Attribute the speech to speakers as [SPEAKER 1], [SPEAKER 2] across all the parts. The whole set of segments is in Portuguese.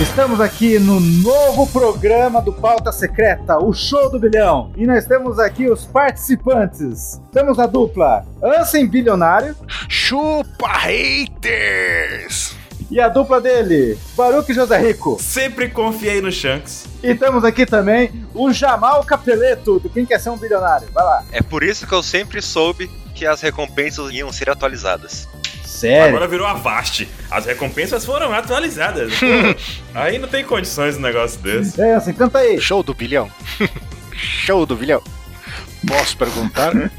[SPEAKER 1] Estamos aqui no novo programa do Pauta Secreta, o Show do Bilhão. E nós temos aqui os participantes. Temos a dupla Ansem Bilionário
[SPEAKER 2] Chupa haters!
[SPEAKER 1] e a dupla dele, Baruque José Rico.
[SPEAKER 3] Sempre confiei no Shanks.
[SPEAKER 1] E temos aqui também o Jamal Capeleto, do Quem Quer Ser um Bilionário. Vai lá.
[SPEAKER 4] É por isso que eu sempre soube que as recompensas iam ser atualizadas.
[SPEAKER 1] Sério?
[SPEAKER 3] Agora virou a Avast. As recompensas foram atualizadas. Aí não tem condições um negócio desse.
[SPEAKER 1] É, Ansem, canta aí.
[SPEAKER 2] Show do bilhão. Show do bilhão. Posso perguntar?
[SPEAKER 3] Uh,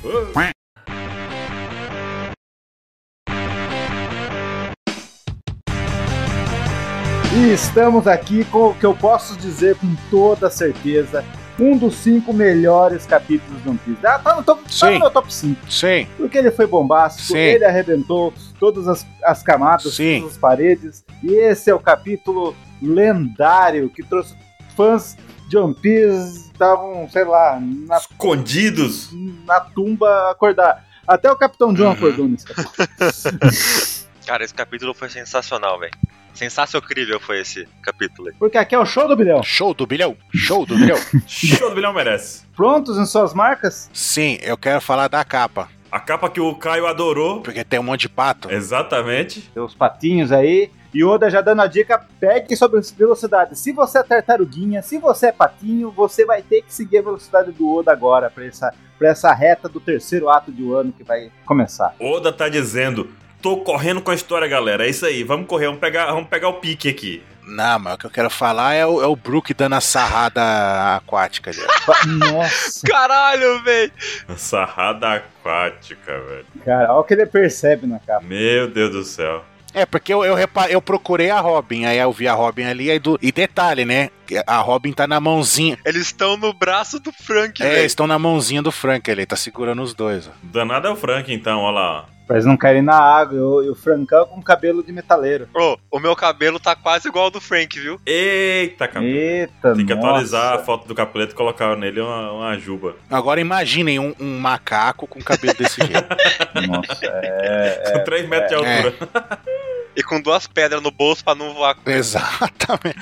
[SPEAKER 1] E estamos aqui com o que eu posso dizer com toda certeza. Um dos cinco melhores capítulos do One Piece. Ah, tá no, top, tá no
[SPEAKER 2] Sim.
[SPEAKER 1] meu top 5.
[SPEAKER 2] Sim.
[SPEAKER 1] Porque ele foi bombástico,
[SPEAKER 2] Sim.
[SPEAKER 1] ele arrebentou todas as, as camadas,
[SPEAKER 2] Sim.
[SPEAKER 1] todas as paredes. E esse é o capítulo lendário que trouxe fãs de One Piece estavam, sei lá, na,
[SPEAKER 3] escondidos.
[SPEAKER 1] na tumba acordar. Até o Capitão
[SPEAKER 2] Uhum.
[SPEAKER 1] John acordou nesse capítulo.
[SPEAKER 4] Cara, esse capítulo foi sensacional, velho. Sensacional foi esse capítulo. aí.
[SPEAKER 1] Porque aqui é o show do bilhão.
[SPEAKER 2] Show do bilhão. Show do bilhão.
[SPEAKER 3] Show do bilhão merece.
[SPEAKER 1] Prontos em suas marcas?
[SPEAKER 2] Sim, eu quero falar da capa.
[SPEAKER 3] A capa que o Caio adorou.
[SPEAKER 2] Porque tem um monte de pato.
[SPEAKER 3] Exatamente.
[SPEAKER 1] Tem os patinhos aí. E Oda já dando a dica, pegue sobre velocidade. Se você é tartaruguinha, se você é patinho, você vai ter que seguir a velocidade do Oda agora pra essa, pra essa reta do terceiro ato do ano que vai começar.
[SPEAKER 3] Oda tá dizendo: tô correndo com a história, galera. É isso aí. Vamos correr, vamos pegar, vamos pegar o pique aqui.
[SPEAKER 2] Não, mas o que eu quero falar é o, é o Brook dando a sarrada aquática. ali.
[SPEAKER 1] Fa- Nossa,
[SPEAKER 4] Caralho, velho!
[SPEAKER 3] Sarrada aquática, velho.
[SPEAKER 1] cara, olha o que ele percebe na capa.
[SPEAKER 3] Meu Deus do céu.
[SPEAKER 2] É, porque eu, eu, repa- eu procurei a Robin, aí eu vi a Robin ali, aí do- e detalhe, né? que A Robin tá na mãozinha.
[SPEAKER 4] Eles estão no braço do Frank,
[SPEAKER 2] É,
[SPEAKER 4] velho.
[SPEAKER 2] estão na mãozinha do Frank ali, tá segurando os dois. ó.
[SPEAKER 3] Danado é o Frank, então, olha lá.
[SPEAKER 1] Pra eles não caírem na água. E o- E o Francão com cabelo de metaleiro.
[SPEAKER 4] Ô, o meu cabelo tá quase igual ao do Frank, viu?
[SPEAKER 3] Eita, cara.
[SPEAKER 1] Eita,
[SPEAKER 3] Tem que
[SPEAKER 1] nossa.
[SPEAKER 3] atualizar a foto do Capeleto e colocar nele uma, uma juba.
[SPEAKER 2] Agora imaginem um, um macaco com cabelo desse jeito.
[SPEAKER 1] Nossa, é,
[SPEAKER 3] Com 3 metros de altura.
[SPEAKER 4] E com duas pedras no bolso pra não voar.
[SPEAKER 2] Exatamente.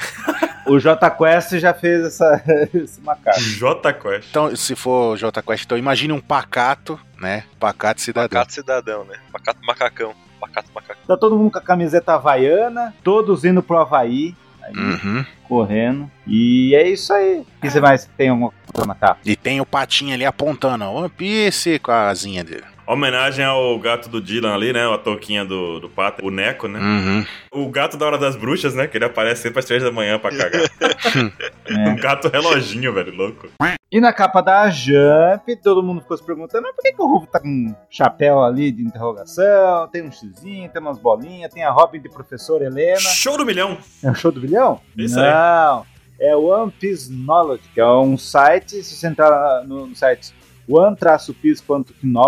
[SPEAKER 1] é. O J Quest já fez essa, esse macaco.
[SPEAKER 3] J Quest.
[SPEAKER 2] Então, se for J Quest, então imagine um pacato, né? Pacato cidadão.
[SPEAKER 4] Pacato cidadão, né? Pacato macacão. Pacato macacão.
[SPEAKER 1] Tá todo mundo com a camiseta havaiana, todos indo pro Havaí. Aí,
[SPEAKER 3] Hum.
[SPEAKER 2] Uhum.
[SPEAKER 1] correndo. E é isso aí. O que você mais tem alguma coisa na capa?
[SPEAKER 2] E tem o patinho ali apontando, ó, One Piece com a asinha dele.
[SPEAKER 3] Homenagem ao gato do Dylan ali, né? A touquinha do, do pato. O Neco, né?
[SPEAKER 2] Uhum.
[SPEAKER 3] O gato da Hora das Bruxas, né? Que ele aparece sempre às 3 da manhã pra cagar.
[SPEAKER 1] É.
[SPEAKER 3] Um gato reloginho, velho, louco.
[SPEAKER 1] E na capa da Jump, todo mundo ficou se perguntando, mas por que, que o Ruff tá com um chapéu ali de interrogação? Tem um xizinho, tem umas bolinhas, tem a Robin de professora Helena.
[SPEAKER 3] Show do milhão!
[SPEAKER 1] É o show do bilhão?
[SPEAKER 3] Isso aí.
[SPEAKER 1] Não. É One Piece Knowledge, que é um site, se você entrar no, no site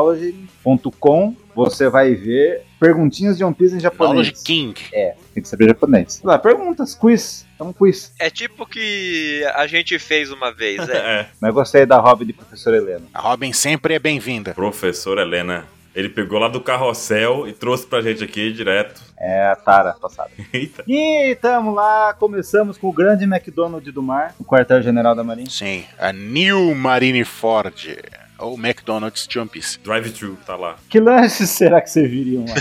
[SPEAKER 1] one-piece.knowledge.com, você vai ver perguntinhas de One Piece em japonês.
[SPEAKER 2] Knowledge King.
[SPEAKER 1] É, tem que saber japonês. Lá, perguntas, quiz. É um quiz.
[SPEAKER 4] É tipo que a gente fez uma vez, é.
[SPEAKER 3] É,
[SPEAKER 1] Mas gostei da hobby de professora Helena.
[SPEAKER 2] A Robin sempre é bem-vinda.
[SPEAKER 3] professor Helena. Ele pegou lá do carrossel e trouxe pra gente aqui direto.
[SPEAKER 1] É a Tara passada.
[SPEAKER 3] Eita.
[SPEAKER 1] E tamo lá, começamos com o grande McDonald's do mar, o quartel-general da Marinha.
[SPEAKER 2] Sim, a New Marine Ford. Ou McDonald's de One Piece.
[SPEAKER 3] Drive-thru tá lá.
[SPEAKER 1] Que lanches será que serviriam lá?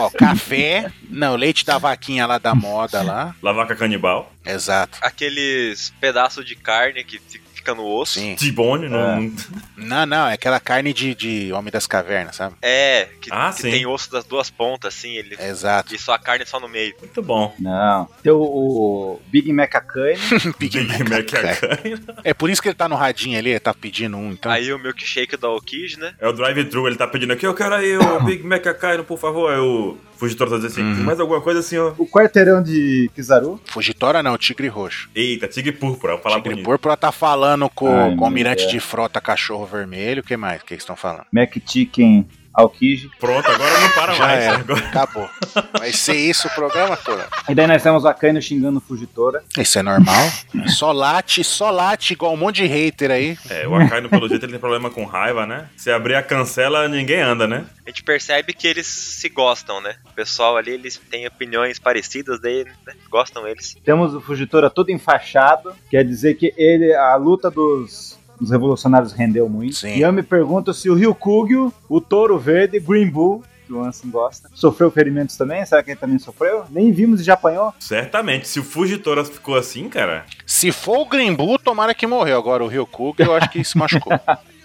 [SPEAKER 2] Ó, café. Não, leite da vaquinha lá da moda lá.
[SPEAKER 3] Lavaca canibal.
[SPEAKER 2] Exato.
[SPEAKER 4] Aqueles pedaços de carne que fi- fica no osso.
[SPEAKER 2] Sim.
[SPEAKER 3] T-bone. não-
[SPEAKER 1] É.
[SPEAKER 3] não-
[SPEAKER 2] Não, não, é aquela carne de, de Homem das Cavernas, sabe?
[SPEAKER 4] É, que,
[SPEAKER 3] Ah,
[SPEAKER 4] que
[SPEAKER 3] sim.
[SPEAKER 4] tem osso das duas pontas, assim, ele.
[SPEAKER 2] Exato.
[SPEAKER 4] E só a carne só no meio.
[SPEAKER 3] Muito bom.
[SPEAKER 1] Não. Tem o, o Big Mac Acane.
[SPEAKER 2] Big
[SPEAKER 3] Big
[SPEAKER 2] Mac.
[SPEAKER 3] Mac é a carne.
[SPEAKER 2] É por isso que ele tá no radinho ali, ele tá pedindo um, então.
[SPEAKER 4] Aí o milkshake da Okid, né?
[SPEAKER 3] É o drive-thru, ele tá pedindo aqui, eu quero aí o Big Mac a carne, por favor. Aí o Fugitor tá dizendo assim,
[SPEAKER 2] Uhum.
[SPEAKER 3] mais alguma coisa, senhor?
[SPEAKER 1] O quarteirão de Kizaru.
[SPEAKER 2] Fugitória não, tigre roxo.
[SPEAKER 3] Eita, tigre púrpura, vamos falar
[SPEAKER 2] tigre
[SPEAKER 3] bonito.
[SPEAKER 2] púrpura tá falando com,
[SPEAKER 1] Ai,
[SPEAKER 2] com o
[SPEAKER 1] meu
[SPEAKER 2] almirante
[SPEAKER 1] Deus.
[SPEAKER 2] de frota cachorro vermelho, o que mais? O que eles estão falando?
[SPEAKER 1] Mac Chicken ao Kiji.
[SPEAKER 3] Pronto, agora não para
[SPEAKER 2] Já
[SPEAKER 3] mais.
[SPEAKER 2] era.
[SPEAKER 3] Agora...
[SPEAKER 2] Acabou. Vai ser isso o programa todo.
[SPEAKER 1] E daí nós temos a Kaino xingando Fugitora.
[SPEAKER 2] Isso é normal. Só late, só late, igual um monte de hater aí.
[SPEAKER 3] É, o Akainu, pelo jeito, ele tem problema com raiva, né? Se abrir a cancela, ninguém anda, né?
[SPEAKER 4] A gente percebe que eles se gostam, né? O pessoal ali, eles têm opiniões parecidas, daí né? gostam eles.
[SPEAKER 1] Temos o Fugitora todo enfaixado, quer dizer que ele a luta dos, dos revolucionários rendeu muito.
[SPEAKER 2] Sim.
[SPEAKER 1] E eu me pergunto se o Ryukugyu, o Touro Verde, Green Bull, que o Ansem gosta, sofreu ferimentos também? Será que ele também sofreu? Nem vimos e já apanhou?
[SPEAKER 3] Certamente. Se o Fugitora ficou assim, cara,
[SPEAKER 2] Se for o Grimbu, tomara que morreu. Agora o Ryukug, eu acho que se machucou.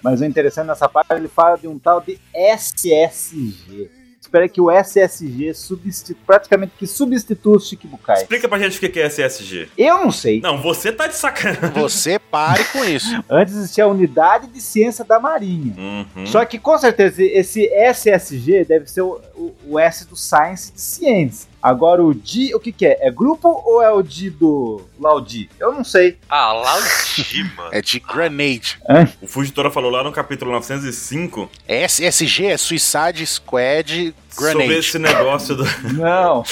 [SPEAKER 1] Mas o interessante nessa parte, ele fala de um tal de SSG. Espera que o SSG substitu- praticamente que substitua o Shikibukai.
[SPEAKER 3] explica pra gente o que é SSG.
[SPEAKER 1] Eu não sei.
[SPEAKER 3] Não, você tá de sacanagem.
[SPEAKER 2] Você pare com isso.
[SPEAKER 1] Antes existia a Unidade de Ciência da Marinha.
[SPEAKER 3] Uhum.
[SPEAKER 1] Só que com certeza esse SSG deve ser o, o- o S do Science de Ciência. Agora o D, o que, que é? É grupo ou é o D do Laudi? Eu não sei.
[SPEAKER 4] Ah, lá o G, mano.
[SPEAKER 2] É de Grenade.
[SPEAKER 3] O Fugitora falou lá no capítulo 905
[SPEAKER 2] SSG é Suicide Squad
[SPEAKER 3] sobre
[SPEAKER 2] Grenade.
[SPEAKER 3] esse negócio do.
[SPEAKER 1] Não.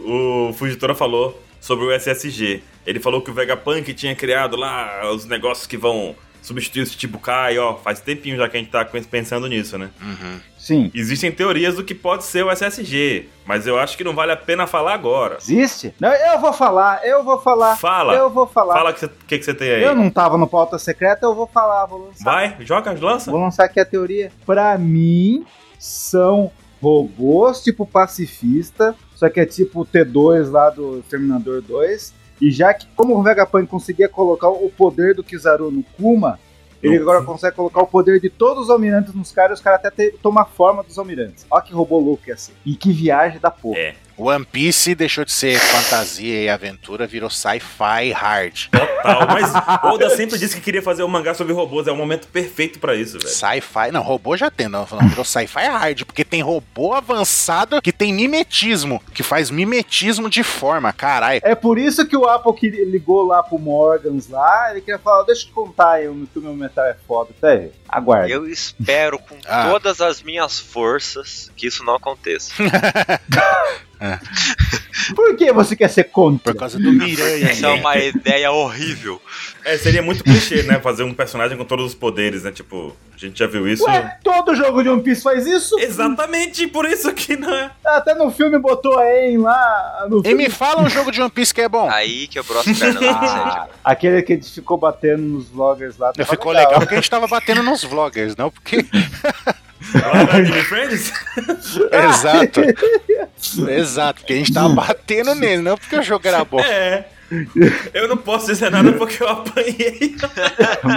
[SPEAKER 3] O Fugitora falou sobre o SSG. Ele falou que o Vegapunk tinha criado lá os negócios que vão substituir o Chichibukai, ó. Faz tempinho já que a gente tá com- pensando nisso, né?
[SPEAKER 2] Uhum.
[SPEAKER 1] Sim.
[SPEAKER 3] Existem teorias do que pode ser o SSG, mas eu acho que não vale a pena falar agora.
[SPEAKER 1] Existe? Não, eu vou falar, eu vou falar.
[SPEAKER 3] Fala!
[SPEAKER 1] Eu vou falar.
[SPEAKER 3] Fala o que, você- o que que você tem aí.
[SPEAKER 1] Eu não tava no pauta secreta, eu vou falar, vou lançar.
[SPEAKER 3] Vai, joga, lança.
[SPEAKER 1] Vou lançar aqui a teoria. Pra mim, são robôs tipo pacifista, só que é tipo o T2 lá do Terminador 2. E já que, como o Vegapunk conseguia colocar o poder do Kizaru no Kuma, ele
[SPEAKER 3] No-
[SPEAKER 1] agora consegue colocar o poder de todos os almirantes nos caras e os caras até te- tomam a forma dos almirantes. Ó que robô louco que é assim. E que viagem da porra.
[SPEAKER 3] É,
[SPEAKER 2] One Piece deixou de ser fantasia e aventura, virou sci-fi hard.
[SPEAKER 3] total. tá, Mas Oda sempre disse que queria fazer um mangá sobre robôs. É o momento perfeito pra isso, velho.
[SPEAKER 2] Sci-fi. Não, robô já tem, não. não virou sci-fi hard, porque tem robô avançado que tem mimetismo, que faz mimetismo de forma, caralho.
[SPEAKER 1] É por isso que o Apple que ligou lá pro Morgans lá, ele queria falar, deixa eu te contar aí o que o meu metal é foda. Tá aí, aguarda.
[SPEAKER 4] Eu espero com
[SPEAKER 2] Ah.
[SPEAKER 4] todas as minhas forças que isso não aconteça.
[SPEAKER 1] Por que você quer ser contra?
[SPEAKER 2] Por causa do Miranha.
[SPEAKER 4] Isso é uma ideia horrível.
[SPEAKER 3] É, seria muito clichê, né? Fazer um personagem com todos os poderes, né? Tipo, a gente já viu isso.
[SPEAKER 1] Ué, todo jogo de One Piece faz isso?
[SPEAKER 3] Exatamente por isso que não é.
[SPEAKER 1] Até no filme botou a Aang lá. No
[SPEAKER 2] E
[SPEAKER 1] filme.
[SPEAKER 2] me fala um jogo de One Piece que é bom.
[SPEAKER 4] Aí que eu broto perna na
[SPEAKER 1] Ah, aquele que a gente ficou batendo nos vloggers lá. tava
[SPEAKER 2] Ficou legal porque a gente tava batendo nos vloggers, não porque.
[SPEAKER 3] Lá na Anime Friends?
[SPEAKER 2] Exato. Exato, porque a gente tava batendo nele, não porque o jogo era bom.
[SPEAKER 3] É. Eu não posso dizer nada porque eu apanhei.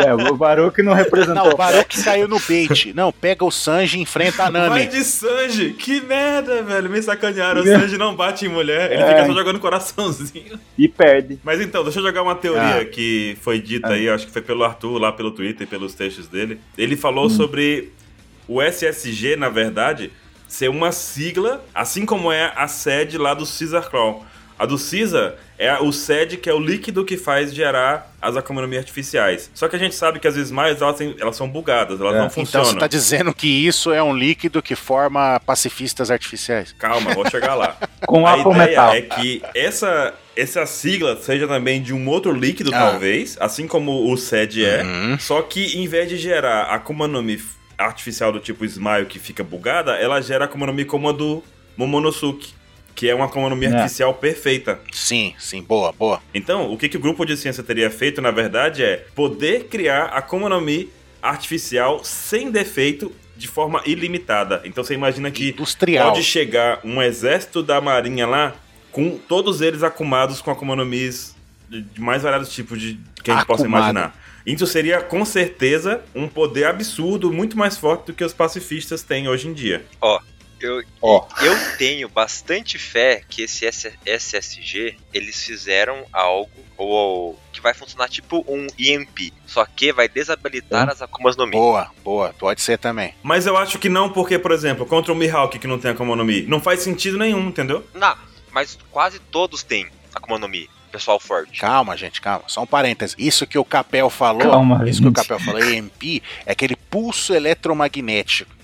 [SPEAKER 1] É, o Baruque não
[SPEAKER 2] Não, o
[SPEAKER 1] representou.
[SPEAKER 2] Baruch saiu no bait. Não, pega o Sanji e enfrenta a
[SPEAKER 3] Vai
[SPEAKER 2] Nami.
[SPEAKER 3] de Sanji. Que merda, velho. Me sacanearam. O Sanji não bate em mulher. Ele fica só jogando coraçãozinho.
[SPEAKER 1] e perde.
[SPEAKER 3] Mas então, deixa eu jogar uma teoria
[SPEAKER 2] Ah.
[SPEAKER 3] que foi dita aí. Acho que foi pelo Arthur, lá pelo Twitter e pelos textos dele. Ele falou
[SPEAKER 2] Hum.
[SPEAKER 3] sobre o SSG, na verdade, ser uma sigla, assim como é a sede lá do Caesar Claw. A do Caesar é a- o SED, que é o líquido que faz gerar as economias artificiais. Só que a gente sabe que as Smiles, elas, têm- elas são bugadas, elas não
[SPEAKER 2] Então
[SPEAKER 3] funcionam.
[SPEAKER 2] você tá dizendo que isso é um líquido que forma pacifistas artificiais.
[SPEAKER 3] Calma, vou chegar lá.
[SPEAKER 1] Com
[SPEAKER 3] a
[SPEAKER 1] Apple
[SPEAKER 3] ideia
[SPEAKER 1] um Metal.
[SPEAKER 3] é que essa, essa sigla seja também de um outro líquido,
[SPEAKER 2] Ah.
[SPEAKER 3] talvez, assim como o SED é.
[SPEAKER 2] Uhum.
[SPEAKER 3] Só que em vez de gerar a Akuma no Mi f- artificial do tipo Smile que fica bugada, ela gera a Akuma no Mi como a do Momonosuke, que é uma Akuma no Mi
[SPEAKER 1] É.
[SPEAKER 3] artificial perfeita.
[SPEAKER 2] Sim, sim, boa, boa.
[SPEAKER 3] Então, o que, que o grupo de ciência teria feito, na verdade, é poder criar a Akuma no Mi artificial sem defeito de forma ilimitada. Então você imagina que
[SPEAKER 2] Industrial.
[SPEAKER 3] Pode chegar um exército da marinha lá, com todos eles acumados com Akuma no Mis de de mais variados tipos de que a gente possa
[SPEAKER 2] Acumado.
[SPEAKER 3] imaginar. Isso seria, com certeza, um poder absurdo, muito mais forte do que os pacifistas têm hoje em dia.
[SPEAKER 4] Eu,
[SPEAKER 1] Ó.
[SPEAKER 4] eu tenho bastante fé que esse S- SSG eles fizeram algo ou, ou que vai funcionar tipo um EMP, só que vai
[SPEAKER 2] Um
[SPEAKER 4] desabilitar as Akumas no Mi.
[SPEAKER 2] Boa, boa. Pode ser também.
[SPEAKER 3] Mas eu acho que não, porque, por exemplo, contra o Mihawk que não tem Akuma no Mi, não faz sentido nenhum, entendeu?
[SPEAKER 4] Não, mas quase todos têm Akuma no Mi, pessoal forte.
[SPEAKER 2] Calma, gente, calma. Só um parêntese. Isso que o Capel falou,
[SPEAKER 1] Calma, gente.
[SPEAKER 2] isso que o Capel falou, EMP, é aquele pulso eletromagnético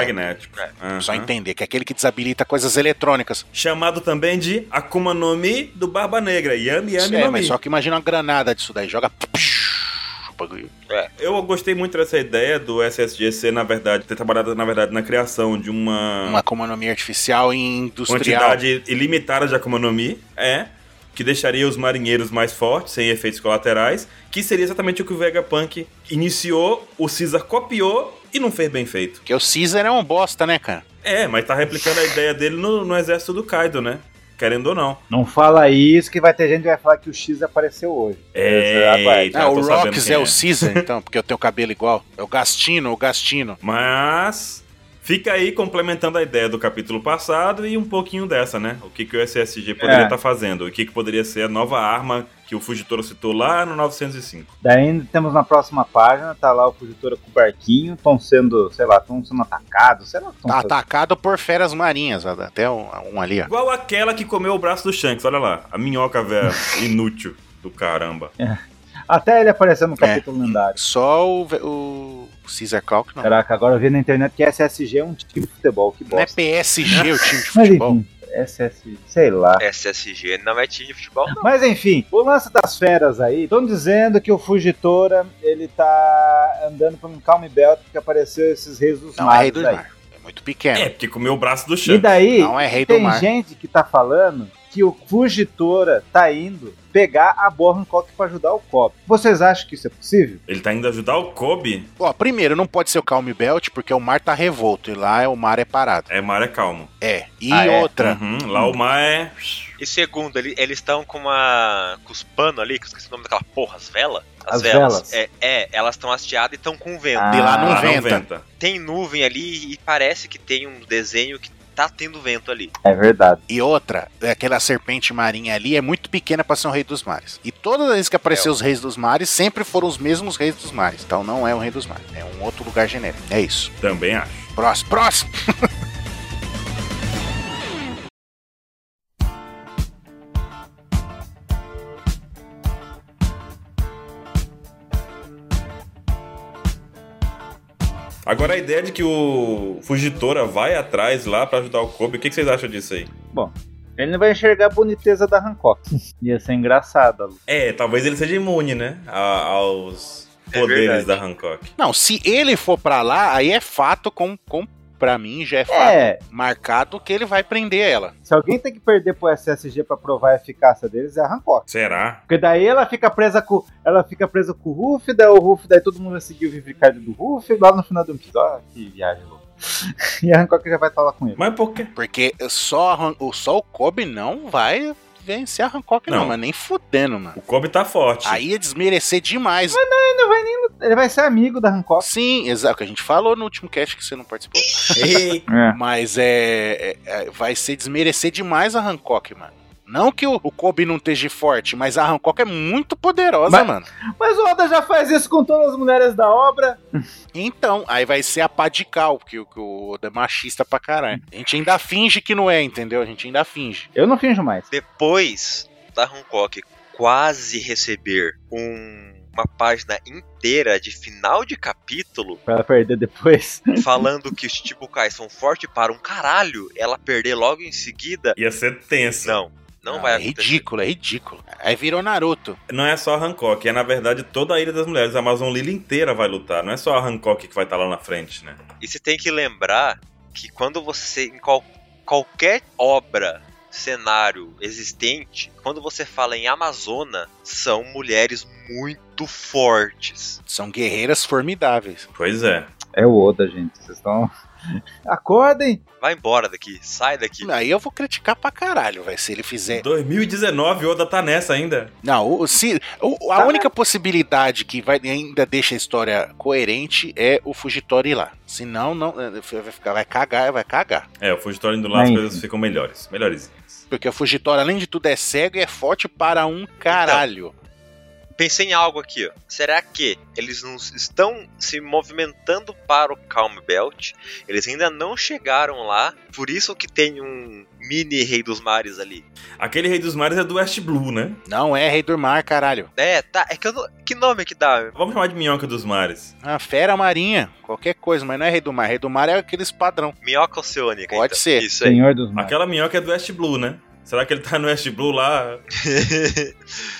[SPEAKER 3] Eletromagnético.
[SPEAKER 4] É.
[SPEAKER 3] Aham.
[SPEAKER 2] Só entender que é aquele que desabilita coisas eletrônicas.
[SPEAKER 3] Chamado também de Akuma no Mi do Barba Negra. Yami Yami
[SPEAKER 2] é,
[SPEAKER 3] no Mi.
[SPEAKER 2] mas só que imagina uma granada disso daí, joga. o bagulho.
[SPEAKER 3] Eu gostei muito dessa ideia do SSGC, na verdade, ter trabalhado, na verdade, na criação de uma,
[SPEAKER 2] Uma economia artificial e industrial.
[SPEAKER 3] quantidade ilimitada de Akuma no Mi. É. Que deixaria os marinheiros mais fortes, sem efeitos colaterais. Que seria exatamente o que o Vegapunk iniciou, o Caesar copiou e não fez bem feito.
[SPEAKER 2] Porque o Caesar é um bosta, né, cara?
[SPEAKER 3] É, mas tá replicando a ideia dele no, no exército do Kaido, né? Querendo ou não.
[SPEAKER 1] Não fala isso que vai ter gente que vai falar que o X apareceu hoje.
[SPEAKER 3] É,
[SPEAKER 1] aguarde.
[SPEAKER 3] já
[SPEAKER 2] Ah,
[SPEAKER 3] tô
[SPEAKER 2] o
[SPEAKER 3] sabendo
[SPEAKER 2] Rocks
[SPEAKER 3] quem
[SPEAKER 2] é, o Caesar, então, porque eu tenho cabelo igual. É o Gastino, o Gastino.
[SPEAKER 3] Mas fica aí complementando a ideia do capítulo passado e um pouquinho dessa, né? O que, que o SSG poderia
[SPEAKER 1] É.
[SPEAKER 3] estar fazendo? O que, que poderia ser a nova arma que o Fujitoro citou lá no 905?
[SPEAKER 1] Daí temos na próxima página, tá lá o Fugitora com o barquinho, estão sendo, sei lá, estão sendo atacados, sei lá o que
[SPEAKER 2] Tá
[SPEAKER 1] estão sendo.
[SPEAKER 2] atacado por feras marinhas, ó, até um, um ali, ó.
[SPEAKER 3] Igual aquela que comeu o braço do Shanks, olha lá. A minhoca velha inútil do caramba.
[SPEAKER 1] Até ele apareceu no
[SPEAKER 2] É.
[SPEAKER 1] capítulo lendário.
[SPEAKER 2] Só o, ve- o Caesar Clock não.
[SPEAKER 1] Caraca, agora eu vi na internet que SSG é um time de futebol, que
[SPEAKER 2] Não é
[SPEAKER 1] bosta.
[SPEAKER 2] PSG o time de
[SPEAKER 1] Mas
[SPEAKER 2] futebol.
[SPEAKER 1] enfim, SSG, sei lá.
[SPEAKER 4] SSG não é time de futebol, não.
[SPEAKER 1] Mas enfim, o lance das feras aí, estão dizendo que o Fugitora, ele tá andando por um Calm Belt que apareceu esses reis dos
[SPEAKER 2] Não é rei
[SPEAKER 1] mares
[SPEAKER 2] do
[SPEAKER 1] aí.
[SPEAKER 2] mar. É muito pequeno.
[SPEAKER 3] É, porque comeu o braço do
[SPEAKER 1] E
[SPEAKER 3] Shanks.
[SPEAKER 1] daí,
[SPEAKER 2] Não é rei do
[SPEAKER 1] tem
[SPEAKER 2] mar.
[SPEAKER 1] gente que tá falando que o Fugitora tá indo pegar a Borncock pra ajudar o Cop. Vocês acham que isso é possível?
[SPEAKER 3] Ele tá indo ajudar o Kobe.
[SPEAKER 2] Ó, primeiro, não pode ser o Calm Belt, porque o mar tá revolto e lá é- o mar é parado.
[SPEAKER 3] É, mar é calmo.
[SPEAKER 2] É. E
[SPEAKER 1] Ah, é?
[SPEAKER 2] outra.
[SPEAKER 3] Uhum, lá o mar é.
[SPEAKER 4] E segundo, ele- eles estão com uma. com os panos ali, que eu esqueci o nome daquela porra, as velas?
[SPEAKER 1] As velas.
[SPEAKER 4] É, é, elas estão hasteadas e estão com vento.
[SPEAKER 1] Ah.
[SPEAKER 2] E lá não
[SPEAKER 3] lá
[SPEAKER 2] venta.
[SPEAKER 3] não venta.
[SPEAKER 4] Tem nuvem ali e parece que tem um desenho que tá tendo vento ali.
[SPEAKER 1] É verdade.
[SPEAKER 2] E outra, é aquela serpente marinha ali é muito pequena pra ser um rei dos mares. E todas as vezes que apareceu os reis dos mares, sempre foram os mesmos reis dos mares. Então não é um rei dos mares, é um outro lugar genérico. É isso.
[SPEAKER 3] Também acho.
[SPEAKER 2] Próximo, próximo!
[SPEAKER 3] Agora a ideia de que o Fugitora vai atrás lá pra ajudar o Kobe, o que, que vocês acham disso aí?
[SPEAKER 1] Ele não vai enxergar a boniteza da Hancock. Ia ser engraçado. Lu.
[SPEAKER 3] É, talvez ele seja imune, né? a- aos
[SPEAKER 4] É
[SPEAKER 3] poderes
[SPEAKER 4] verdade.
[SPEAKER 3] da Hancock.
[SPEAKER 2] Não, se ele for pra lá, aí é fato com. com pra mim já é fato.
[SPEAKER 1] É,
[SPEAKER 2] Marcado que ele vai prender ela.
[SPEAKER 1] se alguém tem que perder pro SSG pra provar a eficácia deles, é a Hancock.
[SPEAKER 3] Será?
[SPEAKER 1] Porque daí ela fica presa com. Ela fica presa com o Ruff, daí o Ruff, daí todo mundo vai seguir o Vivricard do Ruff, lá no final do episódio. Ó, que viagem louca. E a Hancock já vai estar lá com ele.
[SPEAKER 3] Mas por quê?
[SPEAKER 2] Porque só, a Han- o- só o Kobe não vai vencer a Hancock, não,
[SPEAKER 3] Não.
[SPEAKER 2] mas nem fudendo, mano.
[SPEAKER 3] O Kobe tá forte.
[SPEAKER 2] Aí é desmerecer demais.
[SPEAKER 1] Ele vai ser amigo da Hancock.
[SPEAKER 2] Sim, exato. que a gente falou no último cast que você não participou.
[SPEAKER 3] Ei,
[SPEAKER 1] É.
[SPEAKER 2] Mas é, é- é- Vai ser desmerecer demais a Hancock, mano. Não que o, o Kobe não esteja forte, mas a Hancock é muito poderosa,
[SPEAKER 1] Mas-
[SPEAKER 2] mano.
[SPEAKER 1] Mas o Oda já faz isso com todas as mulheres da obra.
[SPEAKER 2] Então, aí vai ser a pá de cal, porque o- que o Oda é machista pra caralho. A gente ainda finge que não é, entendeu? A gente ainda finge.
[SPEAKER 1] Eu não finjo mais.
[SPEAKER 4] Depois da Hancock quase receber um- uma página inteira de final de capítulo
[SPEAKER 1] Pra ela perder depois.
[SPEAKER 4] falando que os Chichibukais são fortes para um caralho, ela perder logo em seguida,
[SPEAKER 3] ia ser tenso.
[SPEAKER 4] não, não,
[SPEAKER 2] Ah,
[SPEAKER 4] vai
[SPEAKER 2] é
[SPEAKER 4] acontecer.
[SPEAKER 2] ridículo, é ridículo. Aí virou Naruto.
[SPEAKER 3] Não é só a Hancock, é na verdade toda a Ilha das Mulheres. A Amazon Lily inteira vai lutar. Não é só a Hancock que vai estar lá na frente, né?
[SPEAKER 4] E você tem que lembrar que quando você, em qual- qualquer obra, cenário existente, quando você fala em Amazona, são mulheres muito fortes.
[SPEAKER 2] São guerreiras formidáveis.
[SPEAKER 3] Pois é.
[SPEAKER 1] É o Oda, gente. Vocês estão. Acordem!
[SPEAKER 4] Vai embora daqui, sai daqui.
[SPEAKER 2] Aí eu vou criticar pra caralho, vai. Se ele fizer
[SPEAKER 3] 2019, o Oda tá nessa ainda.
[SPEAKER 2] Não, o- se, o- a
[SPEAKER 3] Tá
[SPEAKER 1] Ah.
[SPEAKER 2] única possibilidade que vai, ainda deixa a história coerente é o Fugitório ir lá. Senão, não, é, vai, ficar, vai cagar, vai cagar.
[SPEAKER 3] É, o Fugitório indo lá, as
[SPEAKER 1] Mas,
[SPEAKER 3] coisas ficam melhores. Melhorzinhas.
[SPEAKER 2] Porque o Fugitório, além de tudo, é cego e é forte para um caralho.
[SPEAKER 4] pensei em algo aqui. Ó. Será que eles não estão se movimentando para o Calm Belt? Eles ainda não chegaram lá, por isso que tem um mini Rei dos Mares ali.
[SPEAKER 3] Aquele Rei dos Mares é do West Blue, né?
[SPEAKER 2] Não é Rei do Mar, caralho.
[SPEAKER 4] É, tá. É que eu não... Que nome que dá?
[SPEAKER 3] Vamos chamar de Minhoca dos Mares.
[SPEAKER 2] Ah, fera marinha, qualquer coisa, mas não é Rei do Mar. Rei do Mar é aqueles padrão.
[SPEAKER 4] Minhoca oceânica.
[SPEAKER 2] Pode
[SPEAKER 4] então.
[SPEAKER 2] ser.
[SPEAKER 4] Isso aí.
[SPEAKER 1] Senhor dos Mares.
[SPEAKER 3] Aquela minhoca é do West Blue, né? Será que ele tá no West Blue lá?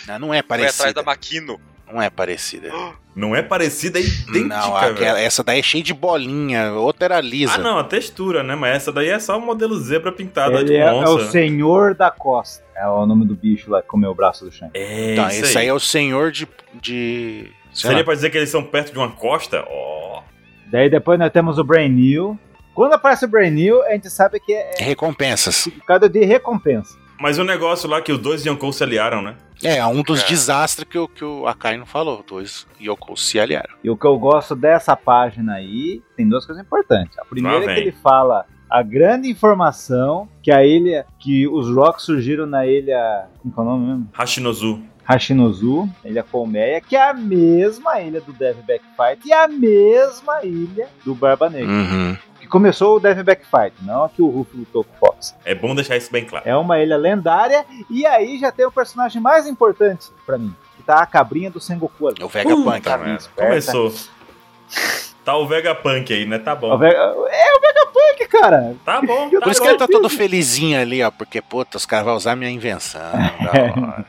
[SPEAKER 2] Não, não é
[SPEAKER 4] Foi atrás
[SPEAKER 2] parecida.
[SPEAKER 4] da Maquino.
[SPEAKER 2] Não é parecida.
[SPEAKER 3] Não é parecida, é idêntica,
[SPEAKER 2] não,
[SPEAKER 3] velho.
[SPEAKER 2] aquela, essa daí é cheia de bolinha, outra era lisa.
[SPEAKER 3] Ah, não, a textura, né? Mas essa daí é só o modelo zebra pintado
[SPEAKER 1] Ele
[SPEAKER 3] de né?
[SPEAKER 1] é, é o
[SPEAKER 3] onça.
[SPEAKER 1] Senhor da Costa. É o nome do bicho lá que comeu o braço do Shanks.
[SPEAKER 3] É,
[SPEAKER 2] Então,
[SPEAKER 3] isso
[SPEAKER 2] esse
[SPEAKER 3] aí.
[SPEAKER 2] aí é o senhor de. de sei
[SPEAKER 3] Seria
[SPEAKER 2] lá.
[SPEAKER 3] pra dizer que eles são perto de uma costa? Ó.
[SPEAKER 1] Daí depois nós temos o Brain New. Quando aparece o Brain New, a gente sabe que é
[SPEAKER 2] recompensas.
[SPEAKER 1] significado de recompensa.
[SPEAKER 3] Mas o negócio lá que os dois Yonkou se aliaram, né?
[SPEAKER 2] É, um dos
[SPEAKER 4] É.
[SPEAKER 2] desastres que o, que o Akai não falou. Dois Yoko se aliaram.
[SPEAKER 1] E o que eu gosto dessa página aí, tem duas coisas importantes. A primeira
[SPEAKER 3] Lá
[SPEAKER 1] é que
[SPEAKER 3] vem.
[SPEAKER 1] ele fala a grande informação que a ilha, que os rocks surgiram na ilha, como que é o nome mesmo?
[SPEAKER 3] Hashinozu.
[SPEAKER 1] Hashinozu, ilha colmeia, que é a mesma ilha do Devil Backfight e a mesma ilha do Barba
[SPEAKER 3] Hum.
[SPEAKER 1] Negra.
[SPEAKER 2] Uhum.
[SPEAKER 1] Que começou o Devil Backfight, não a que o Ruff lutou com o Fox.
[SPEAKER 3] É bom deixar isso bem claro.
[SPEAKER 1] É uma ilha lendária e aí já tem o personagem mais importante pra mim, que tá a cabrinha do Sengoku ali.
[SPEAKER 2] É O Vegapunk.
[SPEAKER 1] Puta,
[SPEAKER 2] né?
[SPEAKER 1] esperta.
[SPEAKER 3] Começou. Tá o Vegapunk aí, né? Tá
[SPEAKER 1] O
[SPEAKER 3] bom.
[SPEAKER 1] Ve- É o Vegapunk, cara!
[SPEAKER 3] Tá bom.
[SPEAKER 1] Por
[SPEAKER 3] Tá
[SPEAKER 2] Por isso
[SPEAKER 3] bom.
[SPEAKER 2] que ele tá todo felizinho ali, ó. Porque, puta, os caras vão usar minha invenção. da hora.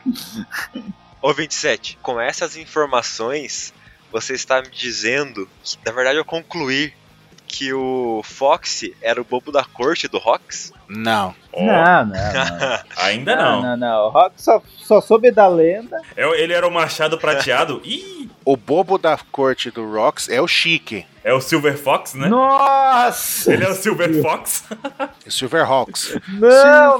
[SPEAKER 4] Ô 27, com essas informações, você está me dizendo que, na verdade, eu concluí que o Foxy era o bobo da corte do Rox?
[SPEAKER 2] Não.
[SPEAKER 3] Ó,
[SPEAKER 1] Não, não, não.
[SPEAKER 3] É. Ainda
[SPEAKER 1] não,
[SPEAKER 3] não.
[SPEAKER 1] não, não. O Rock só, só soube da lenda.
[SPEAKER 3] É- ele era o Machado Prateado. Ih!
[SPEAKER 2] O bobo da corte do Rox é o Chique.
[SPEAKER 3] É o Silver Fox, né?
[SPEAKER 1] Nossa!
[SPEAKER 3] Ele é o Silver Fox.
[SPEAKER 2] O Silverhawks.
[SPEAKER 1] Não,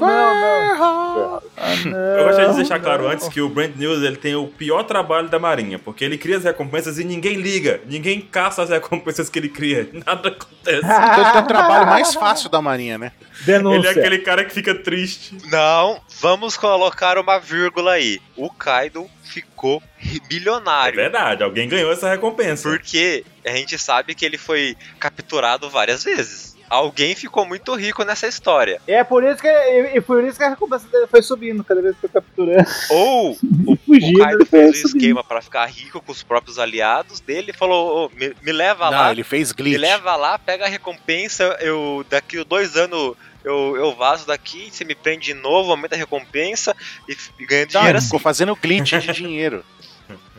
[SPEAKER 1] não, não.
[SPEAKER 2] Silverhawks.
[SPEAKER 1] Ah, não.
[SPEAKER 3] Eu gostaria de deixar claro antes que o Brand News ele tem o pior trabalho da Marinha, porque ele cria as recompensas e ninguém liga, ninguém caça as recompensas que ele cria, nada acontece.
[SPEAKER 1] Ah,
[SPEAKER 2] Então ele tem o trabalho mais fácil da Marinha, né?
[SPEAKER 3] ele é
[SPEAKER 1] Denúncia.
[SPEAKER 3] aquele cara que fica triste.
[SPEAKER 4] Não, vamos colocar uma vírgula aí. O Kaido ficou
[SPEAKER 3] É
[SPEAKER 4] milionário.
[SPEAKER 3] verdade, alguém ganhou essa recompensa.
[SPEAKER 4] porque a gente sabe que ele foi capturado várias vezes. Alguém ficou muito rico nessa história.
[SPEAKER 1] É por isso que e, e por isso que a recompensa dele foi subindo cada vez que eu capturando.
[SPEAKER 4] Ou o
[SPEAKER 1] Fugindo,
[SPEAKER 4] Kaido
[SPEAKER 1] ele foi
[SPEAKER 4] fez um
[SPEAKER 1] subindo.
[SPEAKER 4] esquema para ficar rico com os próprios aliados dele e falou: "Ô, me, me leva lá,
[SPEAKER 2] Não, ele é fez
[SPEAKER 4] me
[SPEAKER 2] glitch.
[SPEAKER 4] leva lá, pega a recompensa. Eu daqui a dois anos eu, eu vazo daqui, você me prende de novo, aumenta a recompensa e, f- e ganha
[SPEAKER 2] Tá, Não,
[SPEAKER 4] dinheiro
[SPEAKER 2] ele
[SPEAKER 4] assim.
[SPEAKER 2] ficou fazendo glitch de dinheiro.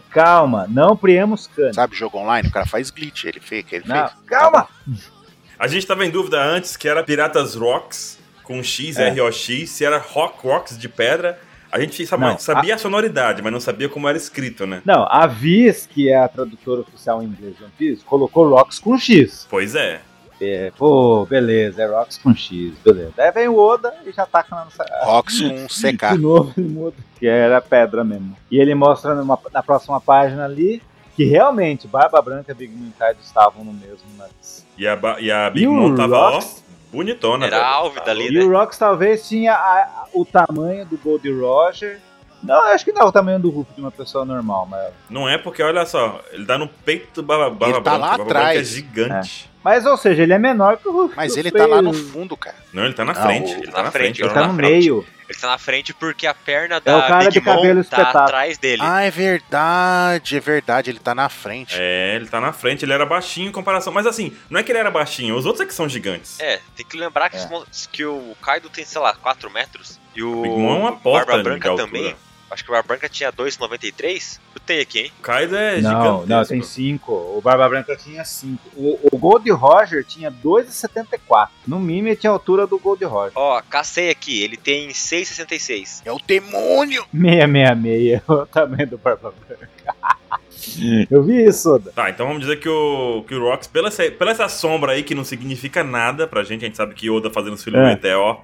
[SPEAKER 1] Calma, não priemos cano.
[SPEAKER 2] Sabe, jogo online, o cara faz glitch. Ele fez, ele
[SPEAKER 1] Não,
[SPEAKER 2] fez.
[SPEAKER 1] calma!
[SPEAKER 3] A gente tava em dúvida antes que era Piratas Rocks com X,
[SPEAKER 1] É.
[SPEAKER 3] R-O-X, se era Rock Rocks de pedra. A gente sabe-
[SPEAKER 1] Não,
[SPEAKER 3] sabia a sonoridade, mas não sabia como era escrito, né?
[SPEAKER 1] Não, a Viz, que é a tradutora oficial em inglês de One Piece, colocou Rocks com X.
[SPEAKER 3] Pois é.
[SPEAKER 1] É, pô, beleza, é Rocks com X, beleza. Daí vem o Oda e já taca na nossa.
[SPEAKER 2] Rox com um
[SPEAKER 1] De
[SPEAKER 2] CK.
[SPEAKER 1] novo, ele muda. Que era pedra mesmo. E ele mostra numa- na próxima página ali que realmente Barba Branca e Big Moon e Kaido estavam no mesmo nariz.
[SPEAKER 3] E a, ba- e a Big
[SPEAKER 1] E o
[SPEAKER 3] Mom tava, ó,
[SPEAKER 1] Rocks?
[SPEAKER 3] bonitona.
[SPEAKER 4] Era
[SPEAKER 3] velho.
[SPEAKER 4] a Álvida ali,
[SPEAKER 1] E
[SPEAKER 4] né?
[SPEAKER 1] o Rox talvez tinha a- a- o tamanho do Gold Roger. Não, eu acho que não, o tamanho do Hulk de uma pessoa normal, mas.
[SPEAKER 3] Não é porque, olha só, ele dá no peito do Barba, Barba
[SPEAKER 2] Ele tá
[SPEAKER 3] Branca.
[SPEAKER 2] lá
[SPEAKER 3] Barba Branca
[SPEAKER 2] atrás.
[SPEAKER 3] é gigante.
[SPEAKER 1] Mas, ou seja, ele é menor que o Hulk.
[SPEAKER 2] Mas
[SPEAKER 1] do
[SPEAKER 2] ele tá lá no
[SPEAKER 1] Flair.
[SPEAKER 2] fundo, cara.
[SPEAKER 3] Não, ele tá na
[SPEAKER 2] Não,
[SPEAKER 3] frente.
[SPEAKER 2] Ah, o-
[SPEAKER 3] Ele tá na frente.
[SPEAKER 4] ele
[SPEAKER 1] Ele
[SPEAKER 3] olha
[SPEAKER 1] tá
[SPEAKER 3] lá.
[SPEAKER 1] no
[SPEAKER 4] É. na frente.
[SPEAKER 1] meio.
[SPEAKER 4] Ele tá na frente porque a perna
[SPEAKER 1] É o
[SPEAKER 4] da
[SPEAKER 1] cara de
[SPEAKER 4] Big
[SPEAKER 1] cabelo
[SPEAKER 4] Mom
[SPEAKER 1] espetado.
[SPEAKER 4] tá atrás dele.
[SPEAKER 2] Ah, é verdade, é verdade. Ele tá na frente.
[SPEAKER 3] É, ele tá na frente. Ele era baixinho em comparação. Mas assim, não é que ele era baixinho. Os outros é que são gigantes.
[SPEAKER 4] É, tem que lembrar que,
[SPEAKER 1] É.
[SPEAKER 4] os mon- que o Kaido tem, sei lá, 4 metros. E o
[SPEAKER 3] Big Mom é uma porta
[SPEAKER 4] Barba
[SPEAKER 3] de
[SPEAKER 4] Branca
[SPEAKER 3] altura.
[SPEAKER 4] também. Acho que o Barba Branca tinha 2,93. Chutei aqui, hein?
[SPEAKER 3] O Kaido é
[SPEAKER 1] Não,
[SPEAKER 3] gigante.
[SPEAKER 1] não, assim, tem 5. O Barba Branca tinha 5. O, o Gold Roger tinha 2,74. No mínimo, ele tinha a altura do Gold Roger.
[SPEAKER 4] Ó, cacei aqui, ele tem 6,66.
[SPEAKER 2] É o demônio!
[SPEAKER 1] 666, o tamanho do Barba Branca. Eu vi isso, Oda.
[SPEAKER 3] Tá, então vamos dizer que o, que o Rox, pela essa, pela essa sombra aí que não significa nada pra gente, a gente sabe que Oda fazendo os filmes
[SPEAKER 1] É.
[SPEAKER 3] é. até, ó,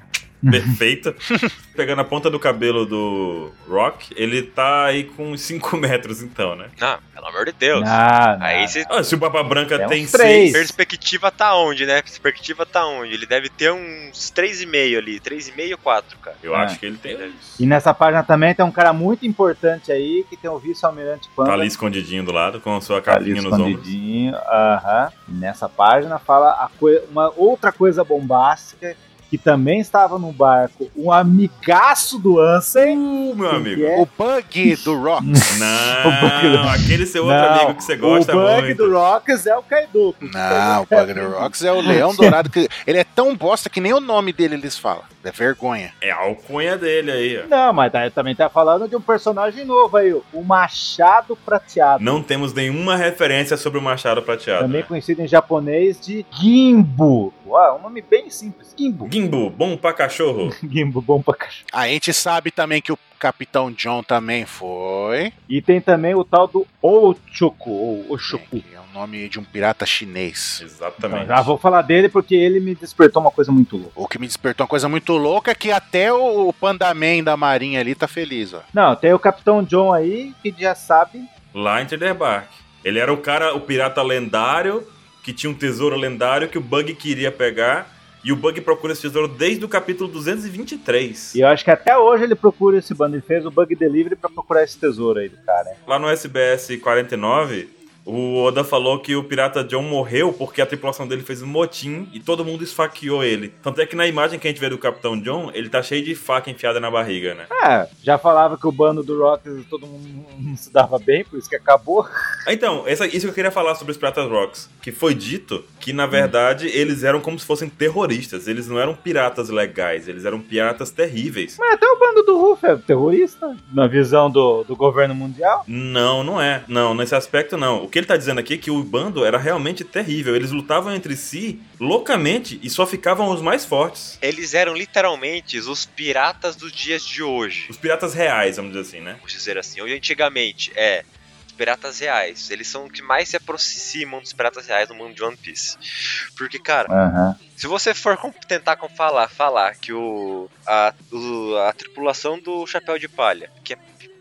[SPEAKER 3] perfeita. Pegando a ponta do cabelo do Rock, ele tá aí com uns 5 metros, então, né?
[SPEAKER 4] Não, pelo amor de Deus.
[SPEAKER 1] Ah, não.
[SPEAKER 4] Aí você.
[SPEAKER 3] Ah, se o Barba Branca
[SPEAKER 1] É uns
[SPEAKER 3] tem
[SPEAKER 1] três.
[SPEAKER 3] 6.
[SPEAKER 4] Perspectiva tá onde, né? Perspectiva tá onde? Ele deve ter uns 3,5 ali. 3,5 ou 4, cara.
[SPEAKER 3] Eu
[SPEAKER 1] Ah.
[SPEAKER 3] acho que ele tem.
[SPEAKER 1] E nessa página também tem um cara muito importante aí, que tem o vice-almirante Panda.
[SPEAKER 3] Tá ali escondidinho do lado, com a sua
[SPEAKER 1] é Tá ali
[SPEAKER 3] capinha nos ombros.
[SPEAKER 1] escondidinho. Aham. Nessa página fala a coi- uma outra coisa bombástica, que também estava no barco, um amigaço do Ansem.
[SPEAKER 3] Uh, meu amigo.
[SPEAKER 1] que é
[SPEAKER 2] O bug do Rock.
[SPEAKER 1] O
[SPEAKER 3] Não, aquele seu outro
[SPEAKER 1] Não,
[SPEAKER 3] amigo que você gosta
[SPEAKER 1] o bug
[SPEAKER 3] muito.
[SPEAKER 1] do Rocks é o Kaido.
[SPEAKER 2] Não, o bug do Rocks é o Leão Dourado. Que ele é tão bosta que nem o nome dele eles falam. É vergonha.
[SPEAKER 3] É a alcunha dele aí, ó.
[SPEAKER 1] Não, mas tá- também tá falando de um personagem novo aí, o Machado Prateado.
[SPEAKER 3] Não temos nenhuma referência sobre o Machado Prateado.
[SPEAKER 1] Também
[SPEAKER 3] Né?
[SPEAKER 1] conhecido em japonês de Gimbo. Uau, um nome bem simples. Gimbo.
[SPEAKER 3] Gimbo, bom pra cachorro.
[SPEAKER 1] Gimbo, bom pra cachorro.
[SPEAKER 2] A gente sabe também que o Capitão John também foi.
[SPEAKER 1] E tem também o tal do Ochoku, ou Ochoku.
[SPEAKER 2] que É o nome de um pirata chinês.
[SPEAKER 3] Exatamente.
[SPEAKER 1] Já vou falar dele porque ele me despertou uma coisa muito louca.
[SPEAKER 2] O que me despertou uma coisa muito louca é que até o o Pandaman da Marinha ali tá feliz, ó.
[SPEAKER 1] Não, tem o Capitão John aí, que já sabe.
[SPEAKER 3] Lá em Tederbark. Ele era o cara, o pirata lendário, que tinha um tesouro lendário que o Bug queria pegar. E o Bug procura esse tesouro desde o capítulo 223.
[SPEAKER 1] E eu acho que até hoje ele procura esse bando. Ele fez o Bug Delivery pra procurar esse tesouro aí do cara. hein?
[SPEAKER 3] Lá no SBS 49, o Oda falou que o pirata John morreu porque a tripulação dele fez um motim e todo mundo esfaqueou ele. Tanto é que na imagem que a gente vê do Capitão John, ele tá cheio de faca enfiada na barriga, né?
[SPEAKER 1] Ah, já falava que o bando do Rocks todo mundo não se dava bem, por isso que acabou.
[SPEAKER 3] Então, essa- isso que eu queria falar sobre os Piratas Rocks. Que foi dito que, na verdade, eles eram como se fossem terroristas. Eles não eram piratas legais, eles eram piratas terríveis.
[SPEAKER 1] Mas até o bando do Ruff é terrorista, na visão do, do governo mundial.
[SPEAKER 3] Não, não é. Não, nesse aspecto não. O que ele tá dizendo aqui é que o bando era realmente terrível. Eles lutavam entre si loucamente e só ficavam os mais fortes.
[SPEAKER 4] Eles eram literalmente os piratas dos dias de hoje.
[SPEAKER 3] Os piratas reais, vamos dizer assim, né?
[SPEAKER 4] vamos dizer assim, ou antigamente, é, os piratas reais. Eles são os que mais se aproximam dos piratas reais no mundo de One Piece. Porque, cara,
[SPEAKER 1] Aham.
[SPEAKER 4] se você for com- tentar com falar, falar que o a, o- a tripulação do Chapéu de Palha, que é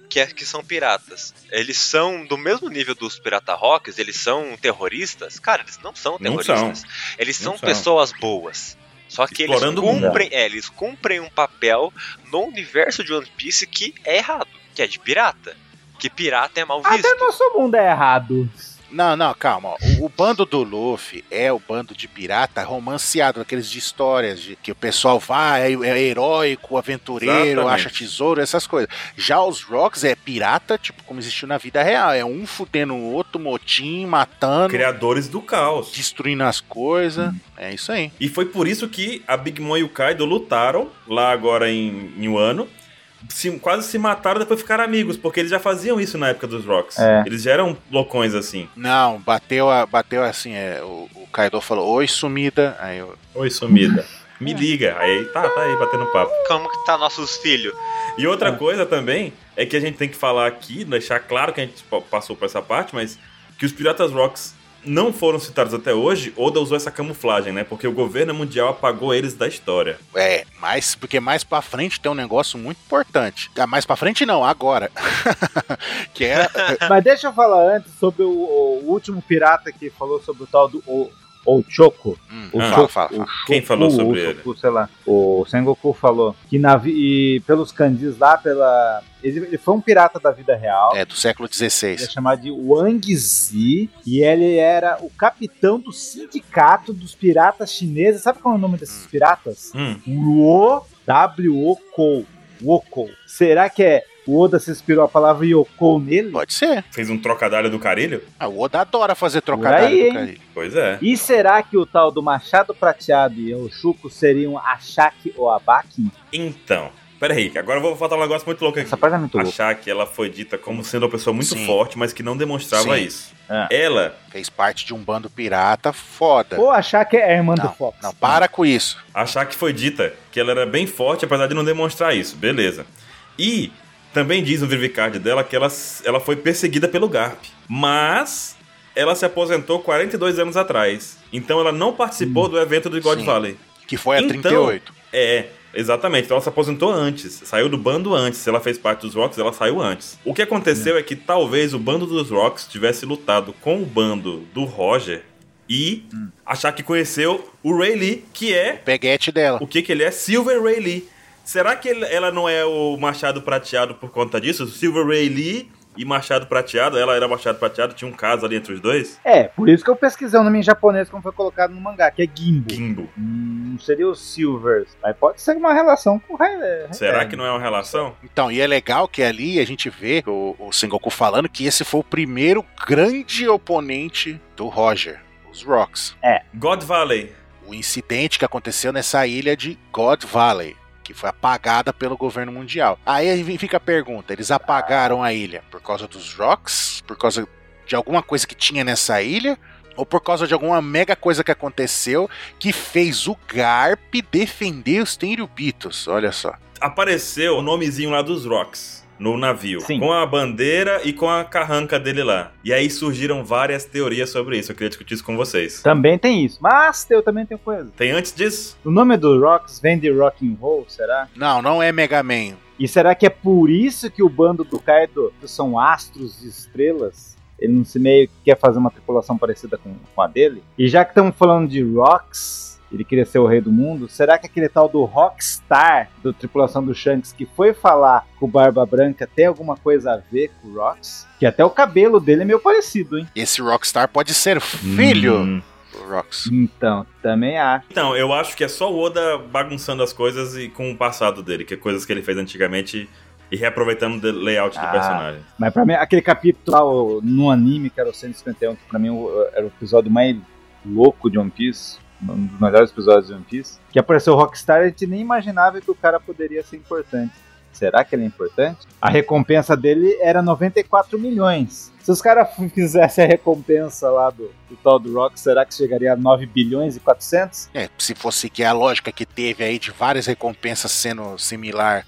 [SPEAKER 4] que, é, que são piratas. Eles são do mesmo nível dos pirata rocks, eles são terroristas? Cara, eles não são
[SPEAKER 3] Não
[SPEAKER 4] terroristas. Eles
[SPEAKER 3] Não
[SPEAKER 4] são,
[SPEAKER 3] são.
[SPEAKER 4] pessoas boas. Só que
[SPEAKER 3] Explorando o
[SPEAKER 4] eles
[SPEAKER 3] mundo.
[SPEAKER 4] cumprem, é, eles cumprem um papel no universo de One Piece que é errado, que é de pirata. Que pirata é mal visto.
[SPEAKER 1] Até nosso mundo é errado.
[SPEAKER 2] Não, não, calma. ó. O, o bando do Luffy é o bando de pirata romanceado, aqueles de histórias de que o pessoal vai, é, é heróico, aventureiro,
[SPEAKER 3] Exatamente.
[SPEAKER 2] acha tesouro, essas coisas. Já os Rocks é pirata, tipo, como existiu na vida real. É um fudendo o outro, motim, matando,
[SPEAKER 3] Criadores do caos.
[SPEAKER 2] destruindo as coisas. É isso aí.
[SPEAKER 3] E foi por isso que a Big Mom e o Kaido lutaram lá agora em, em Wano. Se, quase se mataram, depois ficaram amigos, porque eles já faziam isso na época dos Rocks.
[SPEAKER 1] É.
[SPEAKER 3] Eles já eram loucões assim.
[SPEAKER 2] Não, bateu, a, bateu assim, é, o, o Kaido falou, oi sumida. Aí eu,
[SPEAKER 3] Oi, sumida. Me liga. Aí tá, tá aí batendo papo.
[SPEAKER 4] Como que tá nossos filhos?
[SPEAKER 3] E outra coisa também é que a gente tem que falar aqui, deixar claro que a gente pa- passou por essa parte, mas que os Piratas Rocks não foram citados até hoje, Oda usou essa camuflagem, né? Porque o governo mundial apagou eles da história.
[SPEAKER 2] É, mas porque mais pra frente tem um negócio muito importante. Ah, Mais pra frente não, agora. que é
[SPEAKER 1] Mas deixa eu falar antes sobre o, o último pirata que falou sobre o tal do o, Ochoco.
[SPEAKER 2] Hum,
[SPEAKER 1] O
[SPEAKER 2] fala,
[SPEAKER 3] Ah,
[SPEAKER 1] Cho-
[SPEAKER 2] fala,
[SPEAKER 1] o
[SPEAKER 2] fala.
[SPEAKER 3] Quem
[SPEAKER 1] Shoku,
[SPEAKER 3] falou sobre
[SPEAKER 1] o Shoku, sei lá. O Sengoku falou que na vi- e pelos kanjis lá, pela. Ele, ele foi um pirata da vida real.
[SPEAKER 2] É do século
[SPEAKER 1] Ele é
[SPEAKER 2] XVI.
[SPEAKER 1] chamado de Wang Zi. E ele era o capitão do sindicato dos piratas chineses. Sabe qual é o nome desses piratas?
[SPEAKER 3] Hum,
[SPEAKER 1] Ruo W-O-Kou. Wokou. Será que é. O Oda se inspirou a palavra Yokou nele?
[SPEAKER 2] Pode ser.
[SPEAKER 3] fez um trocadalho do carilho?
[SPEAKER 2] Ah, o Oda adora fazer trocadilho
[SPEAKER 1] Por aí,
[SPEAKER 2] do carilho.
[SPEAKER 3] Pois é.
[SPEAKER 1] E será que o tal do Machado Prateado e o Chuco seriam Ashaki ou Abaki?
[SPEAKER 3] Então, peraí, que agora eu vou falar um negócio muito louco aqui.
[SPEAKER 1] Essa página é muito louca.
[SPEAKER 3] Achar que ela foi dita como sendo uma pessoa muito
[SPEAKER 2] Sim.
[SPEAKER 3] forte, mas que não demonstrava
[SPEAKER 2] Sim. É.
[SPEAKER 3] isso.
[SPEAKER 1] Ah.
[SPEAKER 3] Ela,
[SPEAKER 2] Fez parte de um bando pirata foda.
[SPEAKER 1] Ou achar que é a irmã do
[SPEAKER 2] Não,
[SPEAKER 1] Fox.
[SPEAKER 2] não, para com isso.
[SPEAKER 3] achar que foi dita que ela era bem forte, apesar de não demonstrar isso, beleza. E também diz no Vivicard dela que ela, ela foi perseguida pelo Garp, mas ela se aposentou 42 anos atrás. Então ela não participou do evento do God
[SPEAKER 2] Hum. Sim.
[SPEAKER 3] Valley.
[SPEAKER 2] Que foi a
[SPEAKER 3] Então-
[SPEAKER 2] 38.
[SPEAKER 3] É. Exatamente, então ela se aposentou antes, saiu do bando antes. Se ela fez parte dos Rocks, ela saiu antes. O que aconteceu é, que talvez o bando dos Rocks tivesse lutado com o bando do Roger e achar que conheceu o Ray Lee, que é
[SPEAKER 2] Peguete dela.
[SPEAKER 3] o que que ele é? Silver Ray Lee. Será que ele- ela não é o Machado Prateado por conta disso? Silver Ray Lee e Machado Prateado, ela era Machado Prateado, tinha um caso ali entre os dois?
[SPEAKER 1] É, por isso que eu pesquisei o nome em japonês como foi colocado no mangá, que é Gimbo.
[SPEAKER 3] Gimbo.
[SPEAKER 1] Hum, Não seria o Silvers, mas pode ser uma relação com o Ray.
[SPEAKER 3] Será que não é uma relação?
[SPEAKER 2] Então, e é legal que ali a gente vê o, o Sengoku falando que esse foi o primeiro grande oponente do Roger, os Rocks.
[SPEAKER 3] God Valley.
[SPEAKER 2] O incidente que aconteceu nessa ilha de God Valley, que foi apagada pelo governo mundial. Aí aí fica a pergunta: eles apagaram a ilha por causa dos Rocks? Por causa de alguma coisa que tinha nessa ilha? Ou por causa de alguma mega coisa que aconteceu que fez o Garp defender os Tenryubitos? Olha só.
[SPEAKER 3] Apareceu o nomezinho lá dos Rocks no navio,
[SPEAKER 1] Sim.
[SPEAKER 3] com a bandeira e com a carranca dele lá. E aí surgiram várias teorias sobre isso, eu queria discutir isso com vocês.
[SPEAKER 1] Também tem isso, mas eu também tenho coisa.
[SPEAKER 3] Tem antes disso?
[SPEAKER 1] O nome do Rocks vem de rock and roll, será?
[SPEAKER 2] Não, não é Mega Man.
[SPEAKER 1] E será que é por isso que o bando do Kaido são astros e estrelas? Ele não se meio que quer fazer uma tripulação parecida com, com a dele? E já que estamos falando de Rocks, ele queria ser o rei do mundo, será que aquele tal do Rockstar, do tripulação do Shanks, que foi falar com o Barba Branca, tem alguma coisa a ver com o Rocks? Que até o cabelo dele é meio parecido, hein?
[SPEAKER 2] Esse Rockstar pode ser filho
[SPEAKER 3] Hum.
[SPEAKER 2] do Rocks.
[SPEAKER 1] Então, também acho.
[SPEAKER 3] Então, eu acho que é só o Oda bagunçando as coisas e com o passado dele, que é coisas que ele fez antigamente e reaproveitando o layout do
[SPEAKER 1] Ah.
[SPEAKER 3] personagem.
[SPEAKER 1] Mas pra mim, aquele capítulo lá o- no anime, que era o 151, que pra mim o- era o episódio mais louco de One Piece, um dos melhores episódios de One Piece, que apareceu o Rockstar, a gente nem imaginava que o cara poderia ser importante. Será que ele é importante? A recompensa dele era 94 milhões. Se os caras f- fizessem a recompensa lá do, do tal do Rock, será que chegaria a 9 bilhões e 400?
[SPEAKER 2] É, se fosse que a lógica que teve aí de várias recompensas sendo similar.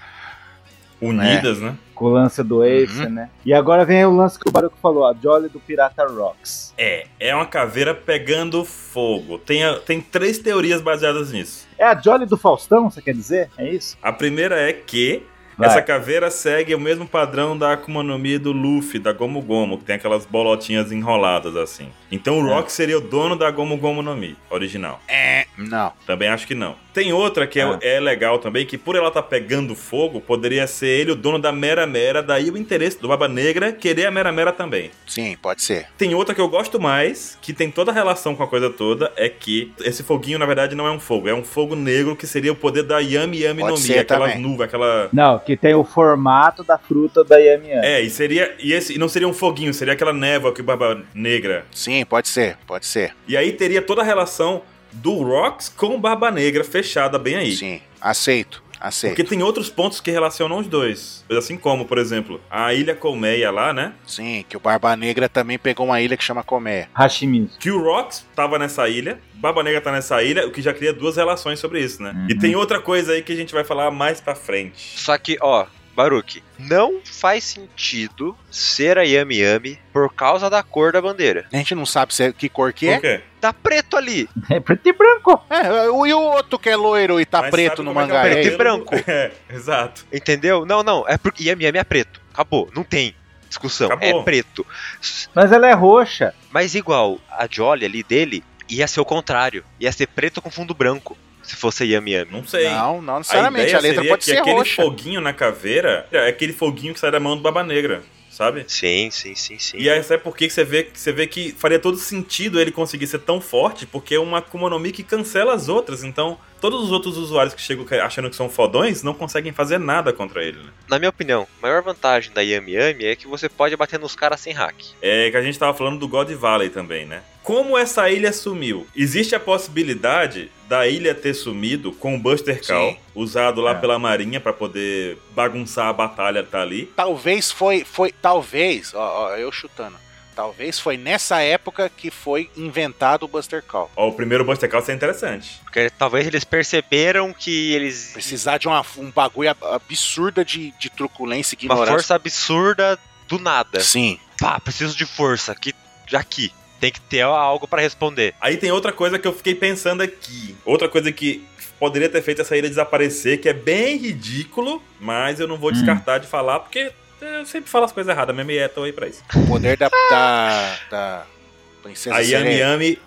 [SPEAKER 3] Unidas, né?
[SPEAKER 1] Com o lance do Ace,
[SPEAKER 2] Uhum.
[SPEAKER 1] né? E agora vem o lance que o Baruco falou, a Jolly do Pirata Rocks.
[SPEAKER 3] É, é uma caveira pegando fogo. Tem, a- tem três teorias baseadas nisso.
[SPEAKER 1] É a Jolly do Faustão, você quer dizer? É isso?
[SPEAKER 3] A primeira é que
[SPEAKER 1] Vai.
[SPEAKER 3] essa caveira segue o mesmo padrão da Akuma no Mi do Luffy, da Gomu Gomu, que tem aquelas bolotinhas enroladas assim. Então o Rock seria o dono da Gomu Gomu no Mi, original.
[SPEAKER 2] É, não.
[SPEAKER 3] Também acho que não. Tem outra que é,
[SPEAKER 1] Ah.
[SPEAKER 3] é legal também, que por ela estar pegando fogo, poderia ser ele o dono da Mera Mera, daí o interesse do Baba Negra querer a Mera Mera também.
[SPEAKER 2] Sim, pode ser.
[SPEAKER 3] Tem outra que eu gosto mais, que tem toda a relação com a coisa toda, é que esse foguinho, na verdade, não é um fogo, é um fogo negro que seria o poder da Yami Yami
[SPEAKER 2] Pode
[SPEAKER 3] no Mi,
[SPEAKER 2] ser
[SPEAKER 3] aquela
[SPEAKER 2] também.
[SPEAKER 3] nuvem, aquela.
[SPEAKER 1] Não, que tem o formato da fruta da Yami Yami.
[SPEAKER 3] É, e seria. E, esse, e não seria um foguinho, seria aquela névoa que o Barba Negra.
[SPEAKER 2] Sim, pode ser, pode ser.
[SPEAKER 3] E aí teria toda a relação do Rocks com o Barba Negra fechada bem aí.
[SPEAKER 2] Sim, aceito, aceito.
[SPEAKER 3] Porque tem outros pontos que relacionam os dois. Assim como, por exemplo, a Ilha Colmeia lá, né?
[SPEAKER 2] Sim, que o Barba Negra também pegou uma ilha que chama Comé.
[SPEAKER 1] Hashimizu.
[SPEAKER 3] Que o Rocks tava nessa ilha, Baba Negra tá nessa ilha, o que já cria duas relações sobre isso, né?
[SPEAKER 1] Uhum.
[SPEAKER 3] E tem outra coisa aí que a gente vai falar mais pra frente.
[SPEAKER 4] Só que, ó, Baruque, não faz sentido ser a Yami Yami por causa da cor da bandeira.
[SPEAKER 2] A gente não sabe se é, que cor que
[SPEAKER 3] Por
[SPEAKER 2] é.
[SPEAKER 3] quê?
[SPEAKER 4] Tá preto ali.
[SPEAKER 1] É preto e branco.
[SPEAKER 2] É, o- e o outro que é loiro e tá
[SPEAKER 3] Mas
[SPEAKER 2] preto
[SPEAKER 3] sabe
[SPEAKER 2] no
[SPEAKER 3] como é que
[SPEAKER 2] mangá.
[SPEAKER 4] Preto
[SPEAKER 2] é
[SPEAKER 4] e branco.
[SPEAKER 3] É, exato.
[SPEAKER 4] Entendeu? Não, não. É porque Yami Yami é preto. Acabou. Não tem discussão.
[SPEAKER 3] Acabou.
[SPEAKER 4] É preto.
[SPEAKER 1] Mas ela é roxa.
[SPEAKER 4] Mas igual, a Jolly ali dele ia ser o contrário. Ia ser preto com fundo branco. Se fosse a Yami Yami.
[SPEAKER 3] Não
[SPEAKER 2] isso?
[SPEAKER 3] sei.
[SPEAKER 2] Não, não
[SPEAKER 3] a
[SPEAKER 2] necessariamente.
[SPEAKER 3] ideia
[SPEAKER 2] A letra
[SPEAKER 3] seria
[SPEAKER 2] pode
[SPEAKER 3] que
[SPEAKER 2] ser
[SPEAKER 3] aquele
[SPEAKER 2] roxa.
[SPEAKER 3] foguinho na caveira é aquele foguinho que sai da mão do Baba Negra, sabe?
[SPEAKER 4] Sim, sim, sim, sim.
[SPEAKER 3] E essa é porque que você vê, que você vê que faria todo sentido ele conseguir ser tão forte, porque é uma Akuma no Mi que cancela as outras. Então, todos os outros usuários que chegam achando que são fodões não conseguem fazer nada contra ele, né?
[SPEAKER 4] Na minha opinião, a maior vantagem da Yami Yami é que você pode bater nos caras sem hack.
[SPEAKER 3] É que a gente tava falando do God Valley também, né? Como essa ilha sumiu? Existe a possibilidade da ilha ter sumido com o Buster Call,
[SPEAKER 2] Sim.
[SPEAKER 3] usado lá
[SPEAKER 1] É.
[SPEAKER 3] pela marinha pra poder bagunçar a batalha que tá ali.
[SPEAKER 2] Talvez foi, foi, talvez, ó, ó, eu chutando. Talvez foi nessa época que foi inventado o Buster Call.
[SPEAKER 3] Ó, o primeiro Buster Call é interessante.
[SPEAKER 4] Porque talvez eles perceberam que eles.
[SPEAKER 2] Precisar de uma- um bagulho ab- absurda de, de truculência e
[SPEAKER 4] Uma
[SPEAKER 2] ignorância.
[SPEAKER 4] força absurda do nada.
[SPEAKER 2] Sim.
[SPEAKER 4] Pá, preciso de força. Aqui, aqui. Tem que ter algo pra responder.
[SPEAKER 3] Aí tem outra coisa que eu fiquei pensando aqui. Outra coisa que poderia ter feito essa ilha desaparecer, que é bem ridículo, mas eu não
[SPEAKER 1] Hum.
[SPEAKER 3] vou descartar de falar, porque eu sempre falo as coisas erradas mesmo e é, tô aí pra isso.
[SPEAKER 2] O poder da, da, da princesa
[SPEAKER 3] A Yami
[SPEAKER 2] Serena
[SPEAKER 3] Yami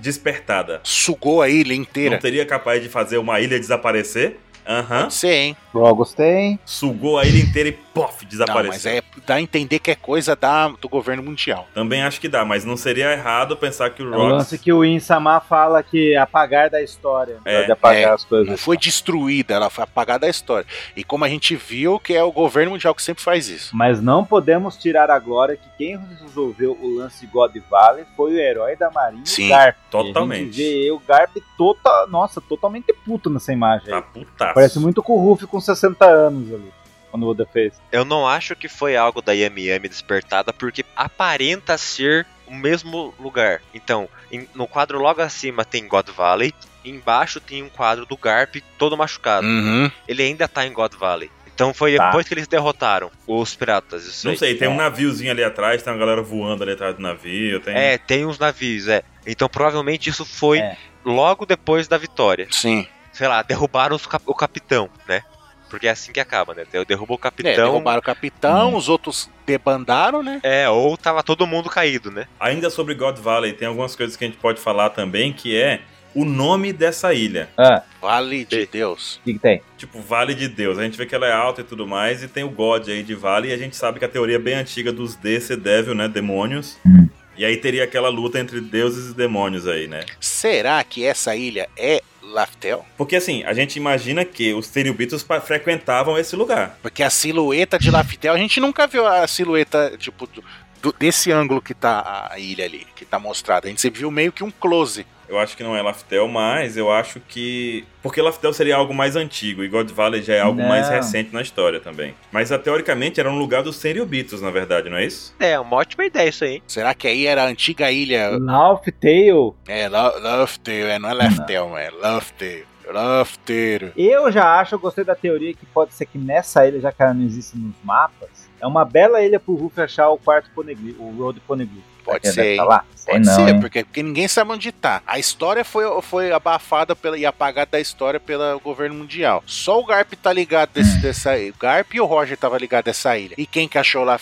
[SPEAKER 3] despertada.
[SPEAKER 2] sugou a ilha inteira.
[SPEAKER 3] Não teria capaz de fazer uma ilha desaparecer? Aham.
[SPEAKER 2] Pode ser, hein?
[SPEAKER 1] Ó, gostei.
[SPEAKER 3] Sugou a ilha inteira e pof,
[SPEAKER 2] Não,
[SPEAKER 3] desapareceu.
[SPEAKER 2] mas é, dá a entender que é coisa da, do governo mundial.
[SPEAKER 3] Também acho que dá, mas não seria errado pensar que o
[SPEAKER 1] É o
[SPEAKER 3] Rox
[SPEAKER 1] lance que o Insama fala que apagar da história.
[SPEAKER 3] É,
[SPEAKER 1] de apagar
[SPEAKER 2] é.
[SPEAKER 1] as coisas.
[SPEAKER 2] Não foi destruída, ela foi apagada da história. E como a gente viu, que é o governo mundial que sempre faz isso.
[SPEAKER 1] Mas não podemos tirar a glória que quem resolveu o lance de God Valley foi o herói da Marinha,
[SPEAKER 2] Sim,
[SPEAKER 1] o Garp. A gente
[SPEAKER 3] totalmente.
[SPEAKER 1] vê o Garp tota, nossa, totalmente puto nessa imagem.
[SPEAKER 3] Tá
[SPEAKER 1] aí.
[SPEAKER 3] putaço.
[SPEAKER 1] Parece muito com o Ruff com 60 anos ali, quando o Oda fez.
[SPEAKER 4] Eu não acho que foi algo da Yami Yami despertada, porque aparenta ser o mesmo lugar. Então, em- no quadro logo acima tem God Valley, embaixo tem um quadro do Garp todo machucado.
[SPEAKER 2] Uhum.
[SPEAKER 4] Ele ainda tá em God Valley. Então foi
[SPEAKER 1] Tá.
[SPEAKER 4] depois que eles derrotaram os piratas, isso
[SPEAKER 3] Não
[SPEAKER 4] aí. É.
[SPEAKER 3] sei, tem um naviozinho ali atrás, tem uma galera voando ali atrás do navio, tem...
[SPEAKER 4] É, tem uns navios, é. Então provavelmente isso foi
[SPEAKER 1] É.
[SPEAKER 4] logo depois da vitória.
[SPEAKER 2] Sim.
[SPEAKER 4] Sei lá, derrubaram os cap- o capitão, né? Porque é assim que acaba, né? Derrubou o
[SPEAKER 2] É,
[SPEAKER 4] capitão.
[SPEAKER 2] derrubaram o capitão, os outros debandaram, né?
[SPEAKER 4] É, ou tava todo mundo caído, né?
[SPEAKER 3] Ainda sobre God Valley, tem algumas coisas que a gente pode falar também, que é o nome dessa ilha.
[SPEAKER 1] Ah,
[SPEAKER 2] Vale de
[SPEAKER 4] Sim.
[SPEAKER 2] Deus.
[SPEAKER 1] o que, que tem?
[SPEAKER 3] Tipo, Vale de Deus. A gente vê que ela é alta e tudo mais, e tem o God aí de Vale, e a gente sabe que a teoria é bem antiga dos DC Devil, né? Demônios.
[SPEAKER 1] Hum.
[SPEAKER 3] E aí teria aquela luta entre deuses e demônios aí, né?
[SPEAKER 2] Será que essa ilha é Laftel?
[SPEAKER 3] Porque assim, a gente imagina que os Teribitos pa- frequentavam esse lugar.
[SPEAKER 2] Porque a silhueta de Laftel, a gente nunca viu a silhueta, tipo, do- do- desse ângulo que tá a ilha ali, que tá mostrada. A gente sempre viu meio que um close.
[SPEAKER 3] Eu acho que não é Laftel, mas eu acho que. Porque Laftel seria algo mais antigo, e God Valley já é algo
[SPEAKER 1] Não.
[SPEAKER 3] mais recente na história também. Mas ah, teoricamente era um lugar dos Teribitos, na verdade, não é isso?
[SPEAKER 4] É, uma ótima ideia isso aí. hein?
[SPEAKER 2] Será que aí era a antiga
[SPEAKER 3] É.
[SPEAKER 2] ilha?
[SPEAKER 1] Laugh Tale,
[SPEAKER 2] É, Lo- Loftel, é, não é Laftel, é Loftel. Loftel.
[SPEAKER 1] eu já acho, eu gostei da teoria que pode ser que nessa ilha, já que ela não existe nos mapas, é uma bela ilha pro Ruff achar o quarto Poneglyph, o Road Poneglyph.
[SPEAKER 2] Pode
[SPEAKER 1] Será que
[SPEAKER 2] ser,
[SPEAKER 1] deve
[SPEAKER 2] hein?
[SPEAKER 1] tá lá? Sei
[SPEAKER 2] Pode
[SPEAKER 1] não,
[SPEAKER 2] ser,
[SPEAKER 1] hein?
[SPEAKER 2] porque, porque ninguém sabe onde tá. A história foi, foi abafada pela, e apagada da história pelo governo mundial. Só o Garp tá ligado desse,
[SPEAKER 1] Hum.
[SPEAKER 2] dessa ilha. O Garp e o Roger estavam ligados dessa ilha. E quem que achou lá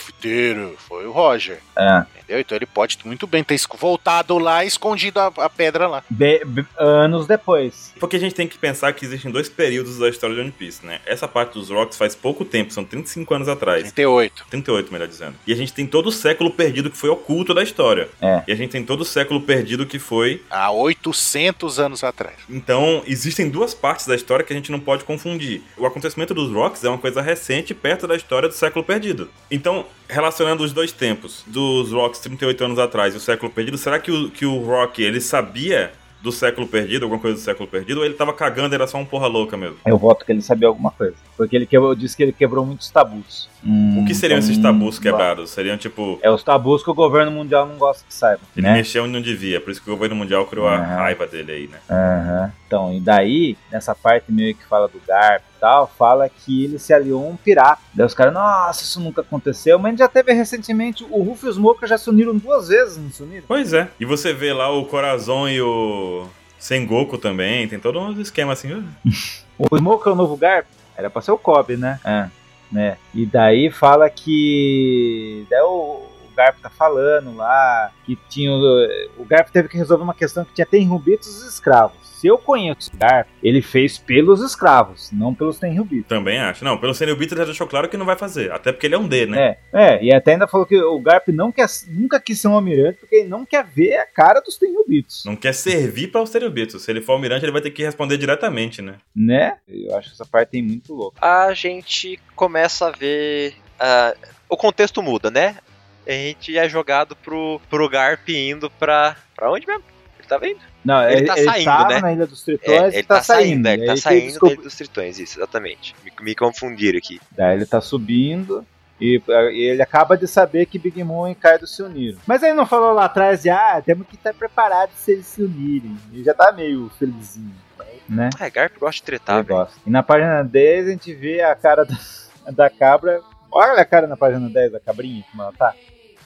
[SPEAKER 2] lafteiro foi o Roger.
[SPEAKER 1] Ah.
[SPEAKER 2] Entendeu? Então ele pode muito bem ter esco- voltado lá e escondido a, a pedra lá.
[SPEAKER 1] Be- be- anos depois.
[SPEAKER 3] Porque a gente tem que pensar que existem dois períodos da história de One Piece, né? Essa parte dos Rocks faz pouco tempo, são 35 anos atrás.
[SPEAKER 2] 38.
[SPEAKER 3] 38, melhor dizendo. E a gente tem todo o século perdido que foi oculto da história.
[SPEAKER 1] É.
[SPEAKER 3] E a gente tem todo o século perdido que foi.
[SPEAKER 2] Há 800 anos atrás.
[SPEAKER 3] Então, existem duas partes da história que a gente não pode confundir. O acontecimento dos Rocks é uma coisa recente, perto da história do século perdido. Então, relacionando os dois tempos, dos Rocks 38 anos atrás e o século perdido, será que o, que o Rock ele sabia do século perdido, alguma coisa do século perdido, ou ele tava cagando, era só um porra louca mesmo?
[SPEAKER 1] Eu voto que ele sabia alguma coisa. Porque ele quebrou, disse que ele quebrou muitos tabus.
[SPEAKER 3] O que seriam esses
[SPEAKER 1] Hum,
[SPEAKER 3] tabus quebrados? Seriam tipo,
[SPEAKER 1] É os tabus que o governo mundial não gosta que saiba.
[SPEAKER 3] ele
[SPEAKER 1] né?
[SPEAKER 3] mexeu onde não devia, por isso que o governo mundial criou a
[SPEAKER 1] Aham.
[SPEAKER 3] raiva dele aí, né?
[SPEAKER 1] Aham. Então, e daí, nessa parte meio que fala do Garp e tal, fala que ele se aliou a um pirata. Daí os caras, nossa, isso nunca aconteceu. Mas a gente já teve recentemente, o Ruff e o Smoker já se uniram duas vezes, não se uniram?
[SPEAKER 3] Pois é. E você vê lá o Corazon e o Sengoku também, tem todo um esquema assim. uh.
[SPEAKER 1] O Smoker é o novo Garp? Era pra ser o Cobb, né? É. Né? E daí fala que. Daí o, o Garp tá falando lá que tinha. O, o Garp teve que resolver uma questão que tinha Tenrubitos e escravos. Se eu conheço o Garp, ele fez pelos escravos, não pelos Tenrubitos.
[SPEAKER 3] Também acho. Não, pelo Senobita ele já deixou claro que não vai fazer. Até porque ele é um D, né?
[SPEAKER 1] É, é, e até ainda falou que o Garp não quer, nunca quis ser um almirante porque ele não quer ver a cara dos Tenryubitos,
[SPEAKER 3] Não quer servir para o Senobita. Se ele for almirante, ele vai ter que responder diretamente, né?
[SPEAKER 1] né? Eu acho essa parte aí é muito louca.
[SPEAKER 4] A gente começa a ver. ah, o contexto muda, né? A gente é jogado pro, pro Garp indo pra. pra onde mesmo? Ele tava indo?
[SPEAKER 1] Não, ele,
[SPEAKER 4] Ele
[SPEAKER 1] ele
[SPEAKER 4] tá
[SPEAKER 1] tá
[SPEAKER 4] saindo, né?
[SPEAKER 1] na Ilha dos Tritões e tá, saindo.
[SPEAKER 4] é, ele
[SPEAKER 1] E
[SPEAKER 4] tá
[SPEAKER 1] aí que
[SPEAKER 4] saindo
[SPEAKER 1] descob-
[SPEAKER 4] da- dos tritões, isso, exatamente. Me, me confundiram aqui.
[SPEAKER 1] Daí ele tá subindo e, e ele acaba de saber que Big Mom e Kaido se uniram. Mas ele não falou lá atrás de, ah, temos que estar preparados se eles se unirem. Ele já tá meio felizinho, né?
[SPEAKER 4] Ah, Garp gosta de tretar,
[SPEAKER 1] Ele
[SPEAKER 4] velho.
[SPEAKER 1] gosta. E na página 10 a gente vê a cara da, da cabra. Olha a cara na página 10 da cabrinha, como ela tá.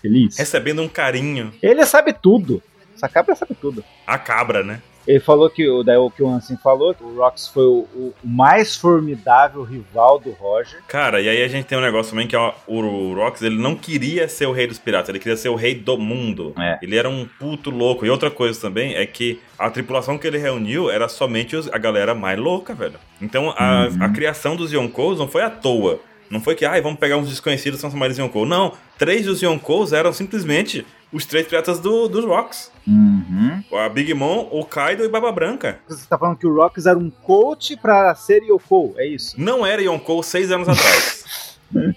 [SPEAKER 1] Feliz.
[SPEAKER 3] Recebendo um carinho.
[SPEAKER 1] Ele sabe tudo. Essa cabra sabe tudo.
[SPEAKER 3] A cabra, né?
[SPEAKER 1] Ele falou que o, daí, o que o Ansem falou, que o Rox foi o, o- o mais formidável rival do Roger.
[SPEAKER 3] Cara, e aí a gente tem um negócio também que ó, o Rox, ele não queria ser o rei dos piratas, ele queria ser o rei do mundo.
[SPEAKER 1] É.
[SPEAKER 3] Ele era um puto louco. E outra coisa também é que a tripulação que ele reuniu era somente os- a galera mais louca, velho. Então a,
[SPEAKER 1] Uhum.
[SPEAKER 3] a criação dos Yonkous não foi à toa. Não foi que, ai, vamos pegar uns desconhecidos e transformar eles em Yonkou. Não, três dos Yonkous eram simplesmente os três piratas do, do Rox.
[SPEAKER 1] Uhum.
[SPEAKER 3] A Big Mom, o Kaido e Baba Branca.
[SPEAKER 1] Você tá falando que o Rox era um coach pra ser Yoko, é isso?
[SPEAKER 3] Não era Yonkou seis anos atrás.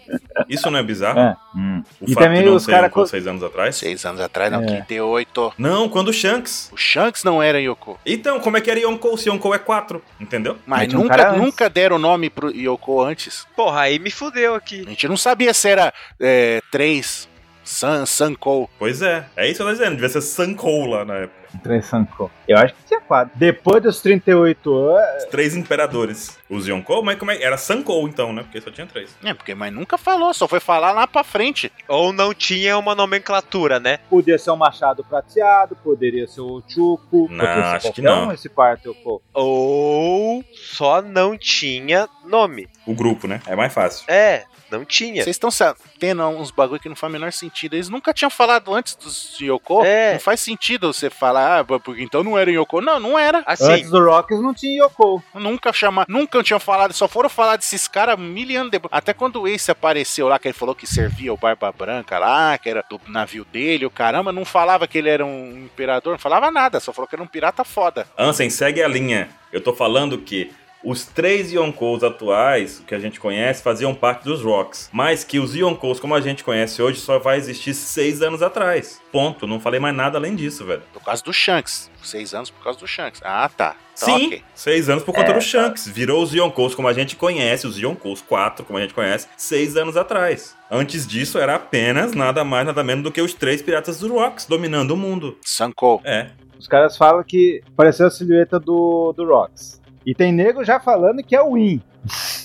[SPEAKER 3] Isso não é bizarro?
[SPEAKER 1] É. Hum.
[SPEAKER 3] O
[SPEAKER 1] E
[SPEAKER 3] fato
[SPEAKER 1] também
[SPEAKER 3] de não
[SPEAKER 1] os
[SPEAKER 3] ser
[SPEAKER 1] cara
[SPEAKER 3] Yonkou
[SPEAKER 1] co-
[SPEAKER 3] seis anos atrás?
[SPEAKER 2] Seis anos atrás, não,
[SPEAKER 1] É.
[SPEAKER 2] 58.
[SPEAKER 3] Não, quando o Shanks.
[SPEAKER 2] O Shanks não era Yoko.
[SPEAKER 3] Então, como é que era Yonkou se Yonkou é 4? Entendeu?
[SPEAKER 1] Mas
[SPEAKER 2] Mas
[SPEAKER 1] tinha um
[SPEAKER 2] nunca,
[SPEAKER 1] cara antes.
[SPEAKER 2] nunca deram o nome pro Yoko antes.
[SPEAKER 4] Porra, aí me fudeu aqui.
[SPEAKER 2] A gente não sabia se era é, 3, San, Sankou.
[SPEAKER 3] Pois é. É isso que eu tô dizendo. Devia ser Sankou lá na época.
[SPEAKER 1] Interessante. co- Eu acho que tinha quatro. Depois dos 38 anos.
[SPEAKER 3] Os três imperadores. Os Yonkou, mas como é? Era Sankou então, né? Porque só tinha três.
[SPEAKER 2] É, porque mas nunca falou, só foi falar lá pra frente.
[SPEAKER 4] Ou não tinha uma nomenclatura, né?
[SPEAKER 1] Podia ser o Machado Prateado, poderia ser o Chuco.
[SPEAKER 3] Não,
[SPEAKER 1] poderia ser
[SPEAKER 3] acho
[SPEAKER 1] qualquer
[SPEAKER 3] que não.
[SPEAKER 1] um esse parto Yoko.
[SPEAKER 4] Ou só não tinha nome.
[SPEAKER 3] O grupo, né? É mais fácil.
[SPEAKER 4] É, não tinha.
[SPEAKER 2] Vocês estão sa- tendo uns bagulho que não faz o menor sentido. Eles nunca tinham falado antes dos Yoko.
[SPEAKER 4] É.
[SPEAKER 2] Não faz sentido você falar, ah, porque então não era Yoko. Não, não era.
[SPEAKER 4] Assim,
[SPEAKER 1] Antes do Rox não tinha Yoko.
[SPEAKER 2] Nunca chama, nunca tinham falado, só foram falar desses caras mil anos depois. Até quando o Ace apareceu lá, que ele falou que servia o Barba Branca lá, que era do navio dele, o caramba, não falava que ele era um imperador, não falava nada, só falou que era um pirata foda.
[SPEAKER 3] Ansem, segue a linha. Eu tô falando que os três Yonkous atuais, que a gente conhece, faziam parte dos Rocks. Mas que os Yonkous, como a gente conhece hoje, só vai existir seis anos atrás. Ponto. Não falei mais nada além disso, velho.
[SPEAKER 2] Por causa do Shanks. Seis anos por causa do Shanks. Ah, tá. Tá,
[SPEAKER 3] Sim,
[SPEAKER 2] ok.
[SPEAKER 3] seis anos por conta do Shanks. Virou os Yonkous como a gente conhece, os Yonkous 4, como a gente conhece, seis anos atrás. Antes disso, era apenas nada mais, nada menos do que os três piratas do Rocks dominando o mundo.
[SPEAKER 2] Sankou.
[SPEAKER 3] É.
[SPEAKER 1] Os caras falam que pareceu a silhueta do, do Rox. E tem nego já falando que é o Win.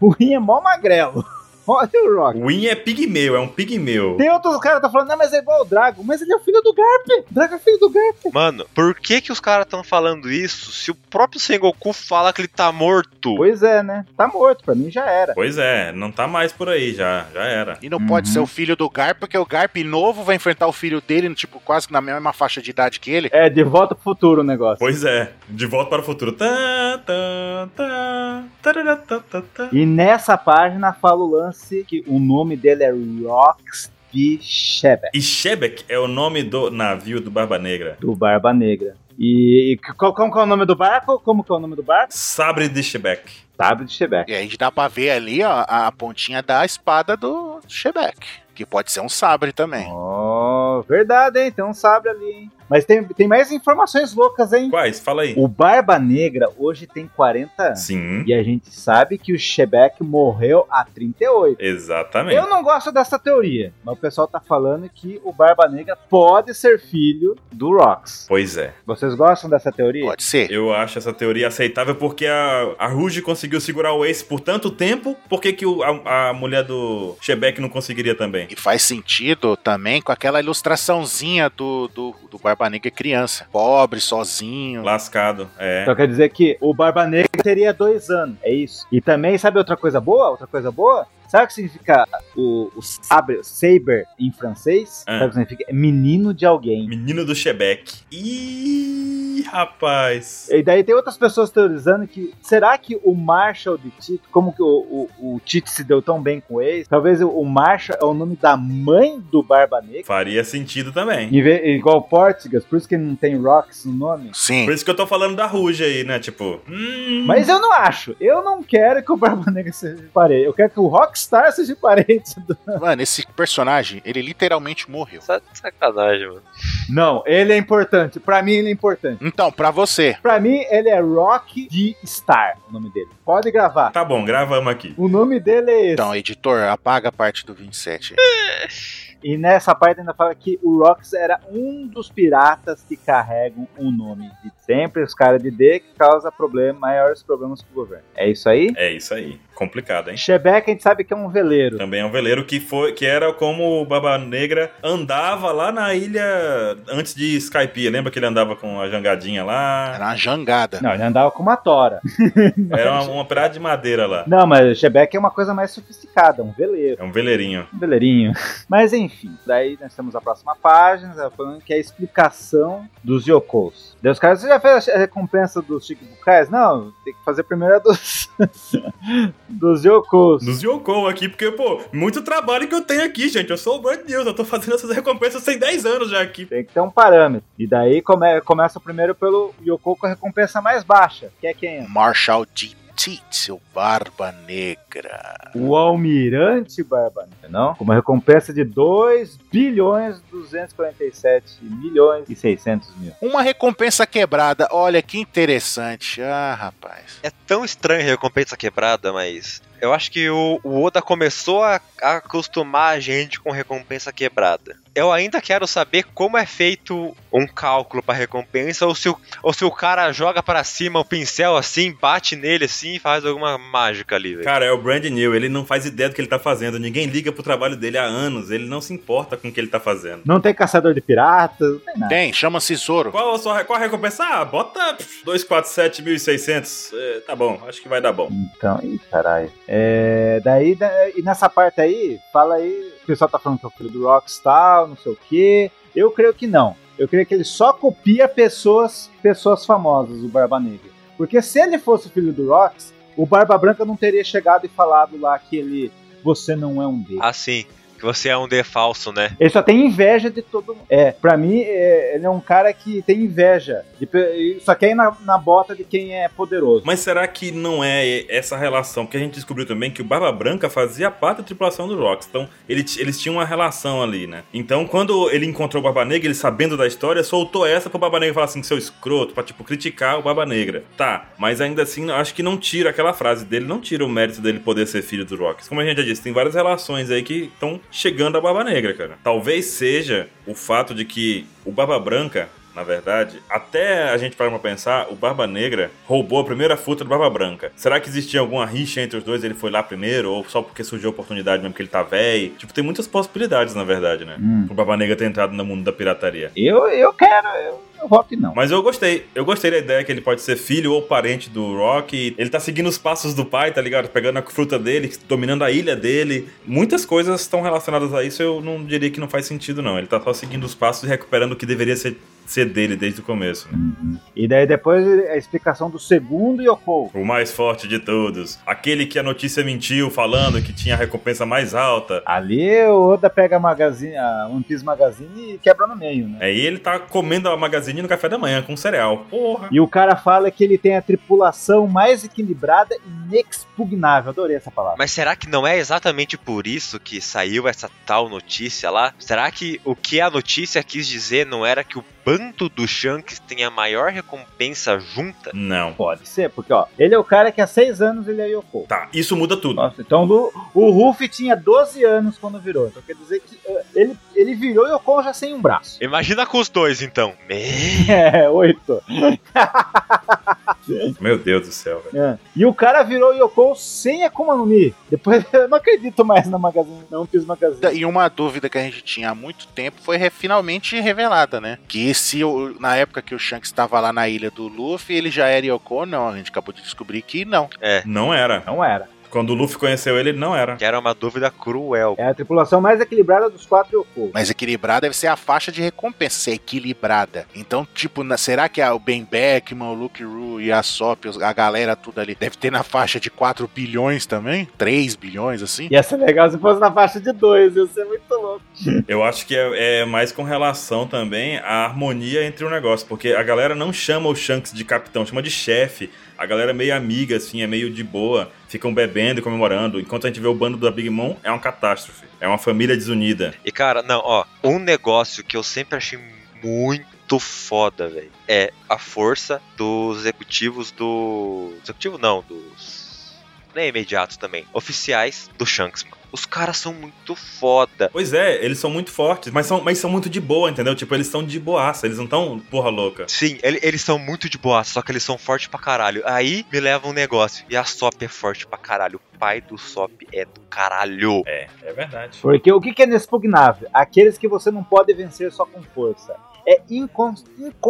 [SPEAKER 1] o Win é mó magrelo. Olha o Rox.
[SPEAKER 3] O Win é pigmeu, é um pigmeu.
[SPEAKER 1] Tem outros caras que tá falando, não, mas é igual o Drago. Mas ele é o filho do Garp. Drago é filho do Garp.
[SPEAKER 4] mano, por que que os caras estão falando isso se o próprio Sengoku fala que ele tá morto?
[SPEAKER 1] Pois é, né? Tá morto, pra mim já era.
[SPEAKER 3] Pois é, não tá mais por aí, já, já era.
[SPEAKER 2] E não
[SPEAKER 1] Uhum.
[SPEAKER 2] pode ser o filho do Garp, porque o Garp novo vai enfrentar o filho dele, tipo, quase que na mesma faixa de idade que ele.
[SPEAKER 1] É, de volta pro futuro o negócio.
[SPEAKER 3] Pois é, de volta para o futuro. Tá, tá, tá, tarará, tá, tá, tá.
[SPEAKER 1] E nessa página fala o lance que o nome dele é Rox de Shebeck,
[SPEAKER 3] E Shebek é o nome do navio do Barba Negra.
[SPEAKER 1] do Barba Negra. E, e qual, qual que é o nome do barco? Como que é o nome do barco?
[SPEAKER 3] Sabre de Shebek.
[SPEAKER 1] Sabre de Shebeck.
[SPEAKER 2] E aí dá pra ver ali ó, a, a pontinha da espada do Shebek, que pode ser um sabre também.
[SPEAKER 1] Oh, verdade, hein? Tem um sabre ali, hein? Mas tem, tem mais informações loucas, hein?
[SPEAKER 3] Quais? Fala aí.
[SPEAKER 1] O Barba Negra hoje tem 40 anos.
[SPEAKER 3] Sim,
[SPEAKER 1] E a gente sabe que o Shebeck morreu há 38.
[SPEAKER 3] exatamente.
[SPEAKER 1] Eu não gosto dessa teoria, mas o pessoal tá falando que o Barba Negra pode ser filho do Rox.
[SPEAKER 3] Pois é.
[SPEAKER 1] Vocês gostam dessa teoria?
[SPEAKER 2] Pode ser.
[SPEAKER 3] Eu acho essa teoria aceitável porque a, a Ruge conseguiu segurar o Ace por tanto tempo, por que, que o- a, a mulher do Shebeck não conseguiria também?
[SPEAKER 2] E faz sentido também com aquela ilustraçãozinha do, do, do Barba Negra criança. Pobre, sozinho.
[SPEAKER 3] Lascado, é.
[SPEAKER 1] Então quer dizer que o Barba Negra teria dois anos, é isso. E também, sabe outra coisa boa? Outra coisa boa? Sabe o que significa o, o sabre, o saber em francês?
[SPEAKER 3] Ah.
[SPEAKER 1] Sabe o que significa? É menino de alguém.
[SPEAKER 3] Menino do Shebeck. Ih, rapaz.
[SPEAKER 1] E daí tem outras pessoas teorizando que será que o Marshall de Tito, como que o, o, o Tito se deu tão bem com ele, talvez o Marshall é o nome da mãe do Barba Negra,
[SPEAKER 3] Faria sentido também.
[SPEAKER 1] em vez- igual Portugas, por isso que não tem Rocks no nome.
[SPEAKER 2] Sim.
[SPEAKER 3] Por isso que eu tô falando da Ruge aí, né? Tipo, hum,
[SPEAKER 1] Mas eu não acho. Eu não quero que o Barba Negra seja parente. Eu quero que o Rockstar seja parente do.
[SPEAKER 2] Mano, esse personagem, ele literalmente morreu.
[SPEAKER 4] Tá de sacanagem, mano.
[SPEAKER 1] Não, ele é importante. Pra mim, ele é importante.
[SPEAKER 2] Então, pra você,
[SPEAKER 1] Pra mim, ele é Rock de Star, o nome dele. Pode gravar.
[SPEAKER 3] tá bom, gravamos aqui.
[SPEAKER 1] O nome dele é esse.
[SPEAKER 2] então, editor, apaga a parte do 27.
[SPEAKER 1] E nessa parte ainda fala que o Rox era um dos piratas que carregam o nome de sempre os caras de D que causa problema, maiores problemas pro governo. É isso aí?
[SPEAKER 3] É isso aí. complicado, hein?
[SPEAKER 1] Chebeca a gente sabe que é um veleiro.
[SPEAKER 3] Também é um veleiro que foi que era como o Baba Negra andava lá na ilha antes de Skypiea. Lembra que ele andava com a jangadinha lá?
[SPEAKER 2] Era uma jangada.
[SPEAKER 1] Não, ele andava com uma tora.
[SPEAKER 3] Era uma, uma pedaço de madeira lá.
[SPEAKER 1] Não, mas Chebeca é uma coisa mais sofisticada, um veleiro.
[SPEAKER 3] É um veleirinho.
[SPEAKER 1] Um veleirinho. Mas enfim, daí nós temos a próxima página, falando que é a explicação dos Yokos. Deus, cara, você já fez a recompensa dos Chikibukais? Não, tem que fazer primeiro a dos. dos Yokos.
[SPEAKER 3] Dos Yoko aqui, porque, pô, muito trabalho que eu tenho aqui, gente. Eu sou o Brand News, eu tô fazendo essas recompensas tem 10 anos já aqui.
[SPEAKER 1] Tem que ter um parâmetro. E daí come- começa primeiro pelo Yoko com a recompensa mais baixa, que é quem?
[SPEAKER 2] Marshall D. Teat, seu Barba Negra.
[SPEAKER 1] O Almirante Barba Negra, não? Com uma recompensa de 2 bilhões 247 milhões e 600 mil.
[SPEAKER 2] Uma recompensa quebrada. Olha que interessante. Ah, rapaz.
[SPEAKER 4] É tão estranho recompensa quebrada, mas. Eu acho que o, o Oda começou a, a acostumar a gente com recompensa quebrada. Eu ainda quero saber como é feito um cálculo pra recompensa, ou se, o, ou se o cara joga pra cima o pincel assim, bate nele assim e faz alguma mágica ali, velho.
[SPEAKER 3] Cara, é o Brand New, ele não faz ideia do que ele tá fazendo. Ninguém liga pro trabalho dele há anos, ele não se importa com o que ele tá fazendo.
[SPEAKER 1] Não tem caçador de piratas, não tem nada.
[SPEAKER 2] Tem, chama-se Zoro.
[SPEAKER 3] Qual a, sua, qual a recompensa? Ah, bota pff, 247.600. É, tá bom, acho que vai dar bom.
[SPEAKER 1] Então, ih, caralho. É, daí, da- e nessa parte aí, fala aí, o pessoal tá falando que é o filho do Rockstar, não sei o quê. Eu creio que não. Eu creio que ele só copia pessoas, pessoas famosas, o Barba Negra. Porque se ele fosse o filho do Rocks, o Barba Branca não teria chegado e falado lá que ele, você não é um deles.
[SPEAKER 4] Assim, que você é um D falso, né?
[SPEAKER 1] Ele só tem inveja de todo mundo. É, pra mim, é, ele é um cara que tem inveja. de pe- só quer ir na, na bota de quem é poderoso.
[SPEAKER 3] Mas será que não é essa relação? Porque a gente descobriu também que o Barba Branca fazia parte da tripulação do Rocks. Então, ele t- eles tinham uma relação ali, né? Então, quando ele encontrou o Barba Negra, ele sabendo da história, soltou essa pro Barba Negra falar assim, seu escroto, pra, tipo, criticar o Barba Negra. Tá, mas ainda assim, acho que não tira aquela frase dele, não tira o mérito dele poder ser filho do Rocks. Como a gente já disse, tem várias relações aí que estão chegando à Barba Negra, cara. Talvez seja o fato de que o Barba Branca na verdade, até a gente parar pra pensar, o Barba Negra roubou a primeira fruta do Barba Branca. Será que existia alguma rixa entre os dois? Ele foi lá primeiro? Ou só porque surgiu a oportunidade mesmo que ele tá velho? Tipo, tem muitas possibilidades, na verdade, né?
[SPEAKER 1] Hum.
[SPEAKER 3] O Barba Negra ter entrado no mundo da pirataria.
[SPEAKER 1] Eu, eu quero, eu, eu voto que não.
[SPEAKER 3] Mas eu gostei. Eu gostei da ideia que ele pode ser filho ou parente do Rock. Ele tá seguindo os passos do pai, tá ligado? Pegando a fruta dele, dominando a ilha dele. Muitas coisas estão relacionadas a isso. Eu não diria que não faz sentido, não. Ele tá só seguindo os passos e recuperando o que deveria ser, ser dele desde o começo, né?
[SPEAKER 1] E daí depois é a explicação do segundo Yoko.
[SPEAKER 3] O mais forte de todos. Aquele que a notícia mentiu falando que tinha a recompensa mais alta.
[SPEAKER 1] Ali o Oda pega a, magazine, a One Piece Magazine e quebra no meio, né?
[SPEAKER 3] Aí ele tá comendo a magazine no café da manhã com cereal. Porra.
[SPEAKER 1] E o cara fala que ele tem a tripulação mais equilibrada e inexpugnável. Adorei essa palavra.
[SPEAKER 4] Mas será que não é exatamente por isso que saiu essa tal notícia lá? Será que o que a notícia quis dizer não era que o bando do Shanks tem a maior recompensa junta?
[SPEAKER 3] Não.
[SPEAKER 1] Pode ser, porque ó, ele é o cara que há seis anos ele é Yoko.
[SPEAKER 3] Tá, isso muda tudo.
[SPEAKER 1] Nossa, então o, o Ruffy tinha 12 anos quando virou. Então quer dizer que eh, ele, ele virou Yoko já sem um braço.
[SPEAKER 4] Imagina com os dois então. Me-
[SPEAKER 1] É, oito.
[SPEAKER 3] Meu Deus do céu, velho.
[SPEAKER 1] É. E o cara virou Yoko sem Akuma no Mi. Depois eu não acredito mais na Magazine, não fiz Magazine.
[SPEAKER 2] E uma dúvida que a gente tinha há muito tempo foi re- finalmente revelada, né? Que se o- na época que o Shanks estava lá na ilha do Luffy, ele já era Yoko ou não. A gente acabou de descobrir que não.
[SPEAKER 3] Não era.
[SPEAKER 1] Não era.
[SPEAKER 3] Quando o Luffy conheceu ele, ele não era.
[SPEAKER 4] Que era uma dúvida cruel.
[SPEAKER 1] É a tripulação mais equilibrada dos quatro Yoko.
[SPEAKER 2] Mas equilibrada deve ser a faixa de recompensa, ser equilibrada. Então, tipo, na- será que a- o Ben Beckman, o Luke Roo e a Sop, os- a galera tudo ali, deve ter na faixa de 4 bilhões também? 3 bilhões, assim?
[SPEAKER 1] Ia ser legal se fosse na faixa de dois, ia ser muito louco.
[SPEAKER 3] Eu acho que é, é mais com relação também à harmonia entre o negócio, porque a galera não chama o Shanks de capitão, chama de chefe. A galera é meio amiga, assim, é meio de boa, ficam bebendo e comemorando. Enquanto a gente vê o bando da Big Mom, é uma catástrofe. É uma família desunida.
[SPEAKER 4] E cara, não, ó, um negócio que eu sempre achei muito foda, velho, é a força dos executivos do. Executivo não, dos. né, imediatos também, oficiais do Shanksman. Os caras são muito foda.
[SPEAKER 3] Pois é, eles são muito fortes, mas são, mas são muito de boa, entendeu? Tipo, eles são de boaça, eles não tão porra louca.
[SPEAKER 4] Sim, ele- eles são muito de boa, só que eles são fortes pra caralho. Aí me leva um negócio. E a Sop é forte pra caralho. O pai do Sop é do caralho.
[SPEAKER 3] É, é verdade.
[SPEAKER 1] Porque o que que é inexpugnável? Aqueles que você não pode vencer só com força. É incon-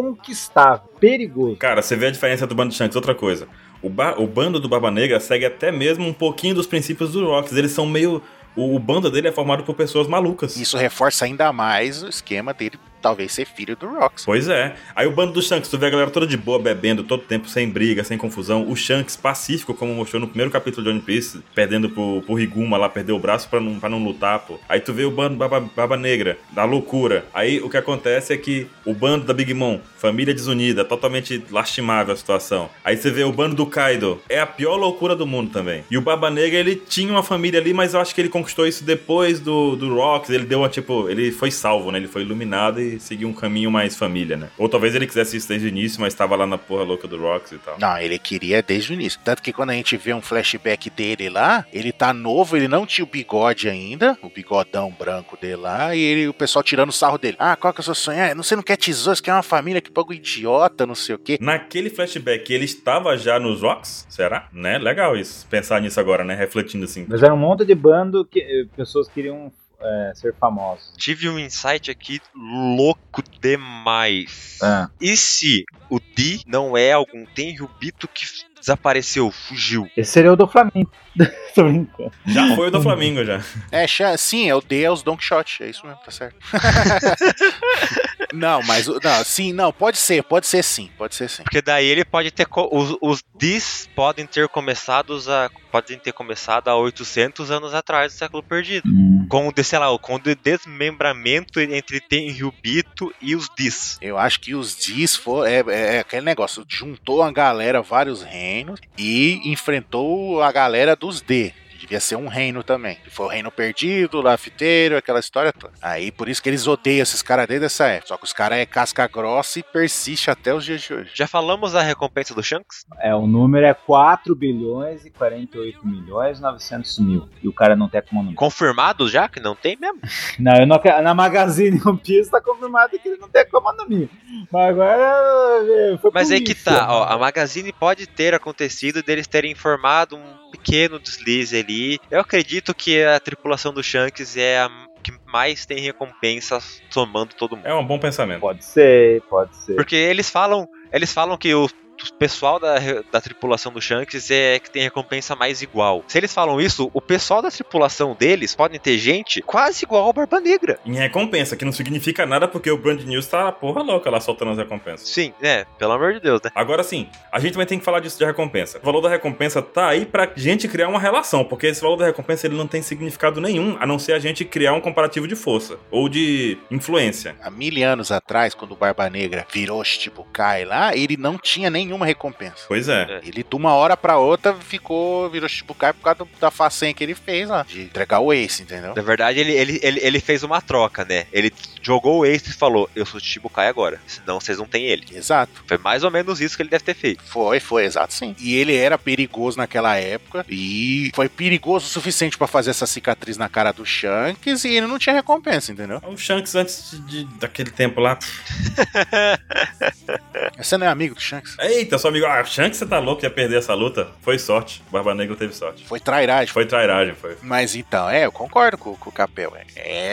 [SPEAKER 1] inconquistável, perigoso.
[SPEAKER 3] Cara, você vê a diferença do bando de Shanks, outra coisa. O, ba- o bando do Barba Negra segue até mesmo um pouquinho dos princípios do Rocks. Eles são meio. O, o bando dele é formado por pessoas malucas.
[SPEAKER 2] Isso reforça ainda mais o esquema dele talvez ser filho do Rox.
[SPEAKER 3] Pois é. Aí o bando do Shanks, tu vê a galera toda de boa, bebendo todo tempo, sem briga, sem confusão. O Shanks pacífico, como mostrou no primeiro capítulo de One Piece, perdendo pro, pro Riguma lá, perdeu o braço pra não, pra não lutar, pô. Aí tu vê o bando Baba, Baba Negra, da loucura. Aí o que acontece é que o bando da Big Mom, família desunida, totalmente lastimável a situação. Aí você vê o bando do Kaido, é a pior loucura do mundo também. E o Baba Negra, ele tinha uma família ali, mas eu acho que ele conquistou isso depois do, do Rocks. Ele deu uma, tipo, ele foi salvo, né? Ele foi iluminado e seguiu um caminho mais família, né? Ou talvez ele quisesse isso desde o início, mas tava lá na porra louca do Rocks e tal.
[SPEAKER 2] Não, ele queria desde o início. Tanto que quando a gente vê um flashback dele lá, ele tá novo, ele não tinha o bigode ainda, o bigodão branco dele lá, e ele- o pessoal tirando o sarro dele. Ah, qual que é o seu sonho? Ah, não sei, não quer tesouro, você quer uma família que paga idiota, não sei o quê.
[SPEAKER 3] Naquele flashback, ele estava já nos Rocks? Será? Né? Legal isso. Pensar nisso agora, né? Refletindo assim.
[SPEAKER 1] Mas era um monte de bando que eh, pessoas queriam eh, ser famosas.
[SPEAKER 4] Tive um insight aqui louco demais.
[SPEAKER 1] É.
[SPEAKER 4] E se o Di não é algum Tenryubito que desapareceu, fugiu?
[SPEAKER 1] Esse seria o do Flamengo. Tô brincando.
[SPEAKER 3] Já foi o do Flamengo, já.
[SPEAKER 2] É, cha- sim, é o Deus Don Quixote, é isso mesmo, tá certo. não, mas, o- não, sim, não, pode ser, pode ser sim, pode ser sim.
[SPEAKER 4] Porque daí ele pode ter. co- Os, os Dis podem ter começado a. Podem ter começado há 800 anos atrás do século perdido. Com o, de- sei lá, com o de- desmembramento entre Tenryubito e os Dis.
[SPEAKER 2] Eu acho que os Diz for, é, é- é aquele negócio, juntou a galera, vários reinos, e enfrentou a galera dos D. que Devia ser um reino também. que Foi o reino perdido, lafiteiro, aquela história toda. Aí por isso que eles odeiam esses caras desde essa época. Só que os caras é casca grossa e persiste até os dias de hoje.
[SPEAKER 4] Já falamos da recompensa do Shanks?
[SPEAKER 1] É, o número é 4 bilhões e 48 milhões e 900 mil. E o cara não tem como número.
[SPEAKER 4] Confirmado já que não tem mesmo?
[SPEAKER 1] Não, eu não, quero- na Magazine One Piece tá confirmado que ele não tem como número. Mas agora. eh, Foi
[SPEAKER 4] Mas
[SPEAKER 1] pro
[SPEAKER 4] aí que
[SPEAKER 1] lixo.
[SPEAKER 4] tá, ó, a Magazine pode ter acontecido deles terem informado um pequeno deslize ali. Eu acredito que a tripulação do Shanks é a que mais tem recompensa somando todo mundo.
[SPEAKER 3] É um bom pensamento.
[SPEAKER 1] Pode ser, pode ser.
[SPEAKER 4] Porque eles falam, eles falam que o o pessoal da, re- da tripulação do Shanks é que tem recompensa mais igual. Se eles falam isso, o pessoal da tripulação deles podem ter gente quase igual ao Barba Negra.
[SPEAKER 3] Em recompensa, que não significa nada porque o Brand News tá a porra louca lá soltando as recompensas.
[SPEAKER 4] Sim, né? Pelo amor de Deus, né?
[SPEAKER 3] Agora sim, a gente também tem que falar disso de recompensa. O valor da recompensa tá aí pra gente criar uma relação, porque esse valor da recompensa ele não tem significado nenhum, a não ser a gente criar um comparativo de força ou de influência.
[SPEAKER 2] Há mil anos atrás, quando o Barba Negra virou Shichibukai lá, ele não tinha nenhuma recompensa.
[SPEAKER 3] Pois é.
[SPEAKER 2] Ele, de uma hora pra outra, ficou, virou Shichibukai por causa do- da façanha que ele fez lá, de entregar o Ace, entendeu?
[SPEAKER 4] Na verdade, ele, ele, ele, ele fez uma troca, né? Ele jogou o Ace e falou: Eu sou Chibukai agora, senão vocês não têm ele.
[SPEAKER 2] Exato.
[SPEAKER 4] Foi mais ou menos isso que ele deve ter feito.
[SPEAKER 2] Foi, foi, exato sim. E ele era perigoso naquela época e foi perigoso o suficiente pra fazer essa cicatriz na cara do Shanks e ele não tinha recompensa, entendeu?
[SPEAKER 3] O Shanks antes de, daquele tempo lá. pff,
[SPEAKER 2] Você não é amigo do Shanks?
[SPEAKER 3] Eita, seu amigo, ah, Shanks, você tá louco, ia perder essa luta? Foi sorte. Barba Negra teve sorte.
[SPEAKER 2] Foi trairagem.
[SPEAKER 3] Foi trairagem, foi.
[SPEAKER 2] Mas então, é, eu concordo com, com o Capel. é.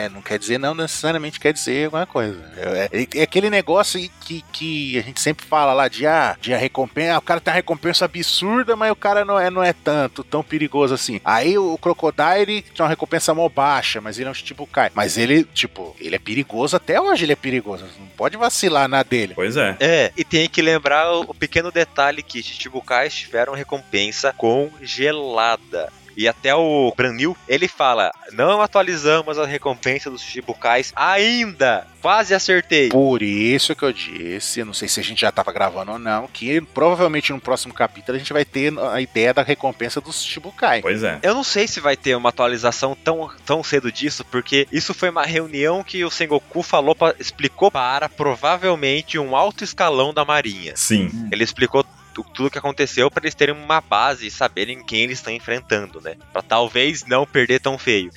[SPEAKER 2] É, não quer dizer, não necessariamente quer dizer alguma coisa. É, é- é aquele negócio aí que, que a gente sempre fala lá de, ah, de a recompensa. ah, O cara tem uma recompensa absurda, mas o cara não é, não é tanto, tão perigoso assim. Aí o, o Crocodile tinha uma recompensa mó baixa, mas ele é um tipo cai. Mas ele, tipo, ele é perigoso até hoje, ele é perigoso. Não pode vacilar na dele.
[SPEAKER 3] Pois é.
[SPEAKER 4] É, e tem que lembrar o, o pequeno detalhe que Chichibukais tiveram recompensa congelada. E até o Branil, ele fala: Não atualizamos a recompensa dos Chichibukais ainda. Quase acertei.
[SPEAKER 2] Por isso que eu disse, eu não sei se a gente já tava gravando ou não, que provavelmente no próximo capítulo a gente vai ter a ideia da recompensa dos Shibukai.
[SPEAKER 3] Pois é.
[SPEAKER 4] Eu não sei se vai ter uma atualização tão, tão cedo disso, porque isso foi uma reunião que o Sengoku falou, pra, explicou para provavelmente um alto escalão da Marinha.
[SPEAKER 3] Sim.
[SPEAKER 4] Ele explicou tudo que aconteceu para eles terem uma base e saberem quem eles estão enfrentando, né? Pra talvez não perder tão feio.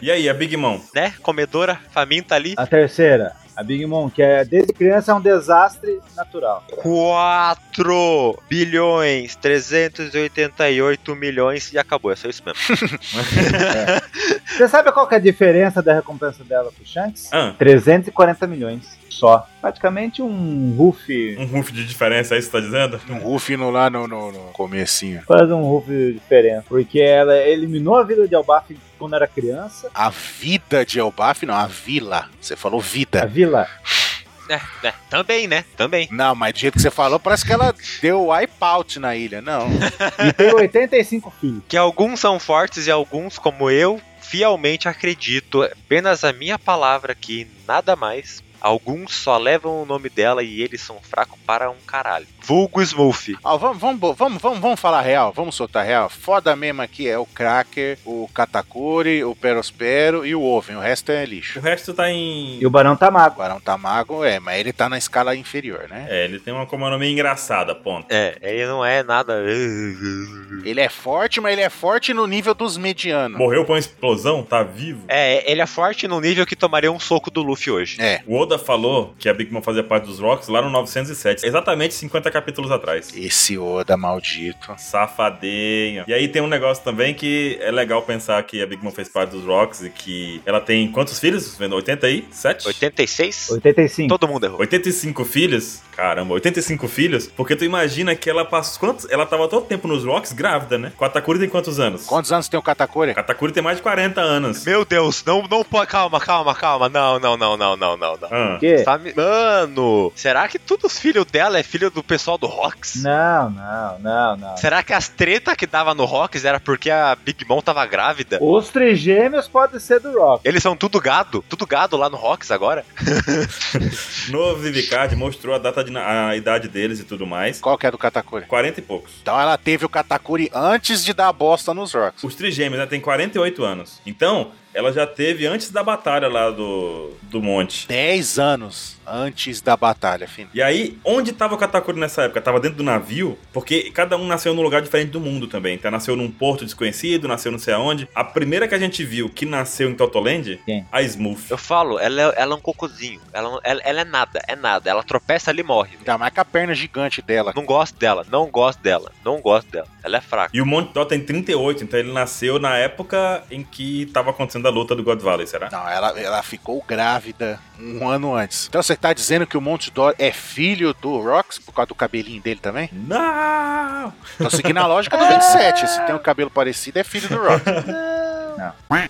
[SPEAKER 3] E aí, a Big Mom?
[SPEAKER 4] Né? Comedora, faminta ali.
[SPEAKER 1] A terceira, a Big Mom, que é, desde criança é um desastre natural.
[SPEAKER 4] 4 bilhões 388 milhões e acabou, é só isso mesmo.
[SPEAKER 1] Você sabe qual que é a diferença da recompensa dela pro Shanks?
[SPEAKER 3] Ah,
[SPEAKER 1] 340 milhões só. Praticamente um Ruffy.
[SPEAKER 3] um roof de diferença, é isso que você tá dizendo?
[SPEAKER 2] Um Rufino lá no, no, no comecinho.
[SPEAKER 1] Faz um Ruffy diferente. Porque ela eliminou a vila de Albaf quando era criança.
[SPEAKER 2] A vida de Elbaf, não, a vila. Você falou
[SPEAKER 1] A
[SPEAKER 2] vida.
[SPEAKER 1] vila.
[SPEAKER 4] É, né? Também, né? Também.
[SPEAKER 2] Não, mas do jeito que você falou, parece que ela deu wipeout na ilha. Não.
[SPEAKER 1] E tem 85 filhos.
[SPEAKER 4] Que alguns são fortes e alguns, como eu, fielmente acredito, apenas a minha palavra aqui, nada mais. Alguns só levam o nome dela e eles são fracos para um caralho. Vulgo Smurf.
[SPEAKER 2] Ó, vamos, vamos, bo- vamos, vamos, vamos falar real, vamos soltar real. Foda mesmo aqui é o Cracker, o Katakuri, o Perospero e o Oven. O resto é
[SPEAKER 3] O
[SPEAKER 2] lixo.
[SPEAKER 3] resto tá em.
[SPEAKER 1] E o Barão tá
[SPEAKER 2] O
[SPEAKER 1] mago.
[SPEAKER 2] Barão Tamago é, mas ele tá na escala inferior, né?
[SPEAKER 3] É, ele tem uma comandomia engraçada, ponto.
[SPEAKER 4] É, ele não é nada.
[SPEAKER 2] Ele é forte, mas ele é forte no nível dos medianos.
[SPEAKER 3] Morreu pra uma explosão, tá vivo.
[SPEAKER 4] É, ele é forte no nível que tomaria um soco do Luffy hoje.
[SPEAKER 2] É.
[SPEAKER 3] O Oda falou que a Big Mom fazia parte dos Rocks lá no 907, exatamente 50 capítulos atrás.
[SPEAKER 2] Esse Oda maldito.
[SPEAKER 3] Safadinha. E aí tem um negócio também que é legal pensar que a Big Mom fez parte dos Rocks e que ela tem quantos filhos? Vendo 80 aí? 7?
[SPEAKER 4] 86?
[SPEAKER 1] 85.
[SPEAKER 4] Todo mundo errou.
[SPEAKER 3] 85 filhos? Caramba, 85 filhos? Porque tu imagina que ela passou quantos? Ela tava todo tempo nos Rocks grávida, né? Katakuri tem quantos anos?
[SPEAKER 2] Quantos anos tem o Katakuri?
[SPEAKER 3] Katakuri tem mais de 40 anos.
[SPEAKER 4] Meu Deus, não, não pode. Calma, calma, calma. Não, não, não, não, não, não, não.
[SPEAKER 3] Ah.
[SPEAKER 1] Quê?
[SPEAKER 4] Tá me- Mano, será que todos os filhos dela é filho do pessoal do Rocks?
[SPEAKER 1] Não, não, não, não.
[SPEAKER 4] Será que as treta que dava no Rocks era porque a Big Mom tava grávida?
[SPEAKER 1] Os trigêmeos podem ser do Rock.
[SPEAKER 4] Eles são tudo gado, tudo gado lá no Rocks agora.
[SPEAKER 3] No Vivicard mostrou a data de na- a idade deles e tudo mais.
[SPEAKER 2] Qual que é do Katakuri?
[SPEAKER 3] 40 e poucos.
[SPEAKER 2] Então ela teve o Katakuri antes de dar a bosta nos Rocks.
[SPEAKER 3] Os trigêmeos, né? Tem 48 anos. Então, ela já teve antes da batalha lá do, do monte.
[SPEAKER 2] 10 anos antes da batalha, final.
[SPEAKER 3] E aí, onde tava o Katakuri nessa época? Tava dentro do navio? Porque cada um nasceu num lugar diferente do mundo também. Então, nasceu num porto desconhecido, nasceu não sei aonde. A primeira que a gente viu que nasceu em Totoland,
[SPEAKER 1] Quem?
[SPEAKER 3] a Smooth.
[SPEAKER 4] Eu falo, ela é, ela é um cocôzinho. Ela, ela- ela é nada, é nada. Ela tropeça ali e morre.
[SPEAKER 2] Ainda mais com a perna gigante dela.
[SPEAKER 4] Não gosto dela, não gosto dela, não gosto dela. Ela é fraca.
[SPEAKER 3] E o Monte Dó tem 38, então ele nasceu na época em que tava acontecendo a luta do God Valley, será?
[SPEAKER 2] Não, ela, ela ficou grávida um ano antes. Então você tá dizendo que o Monte Dor é filho do Rox por causa do cabelinho dele também?
[SPEAKER 3] Não!
[SPEAKER 2] Então seguindo a lógica do 27, se tem um cabelo parecido é filho do Rox.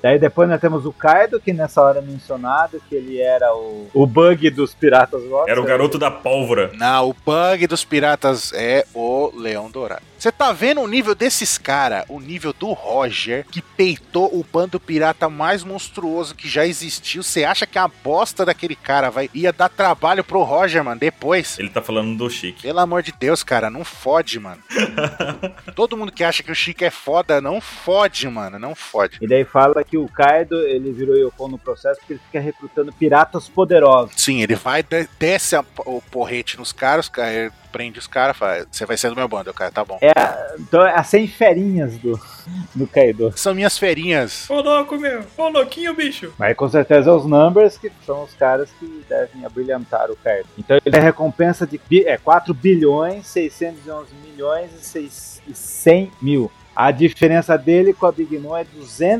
[SPEAKER 1] Daí depois nós temos o Kaido, que nessa hora é mencionado, que ele era o, o bug dos piratas Rock.
[SPEAKER 3] Era um o garoto da pólvora.
[SPEAKER 2] Não, o bug dos piratas é o Leão Dourado. Você tá vendo o nível desses cara, o nível do Roger, que peitou o bando pirata mais monstruoso que já existiu. Você acha que a bosta daquele cara vai ia dar trabalho pro Roger, mano, depois?
[SPEAKER 3] Ele tá falando do Chique.
[SPEAKER 2] Pelo amor de Deus, cara, não fode, mano. Todo mundo que acha que o Chico é foda, não fode, mano, não fode.
[SPEAKER 1] E daí fala que o Kaido, ele virou Yopon no processo porque ele fica recrutando piratas poderosos.
[SPEAKER 2] Sim, ele vai, de- desce a- o porrete nos caras, ca- eh, prende os caras, fala, você vai ser do meu bando, Eu, cara, tá bom.
[SPEAKER 1] É, a- então é as 100 ferinhas do, do Kaido.
[SPEAKER 2] São minhas ferinhas.
[SPEAKER 3] Ô louco, meu! Ô louquinho, bicho!
[SPEAKER 1] Mas com certeza é os Numbers que são os caras que devem abrilhantar o Kaido. Então ele é recompensa de bi- é, 4 bilhões, 611 milhões e, seis- e 100 mil. A diferença dele com a Big Mom é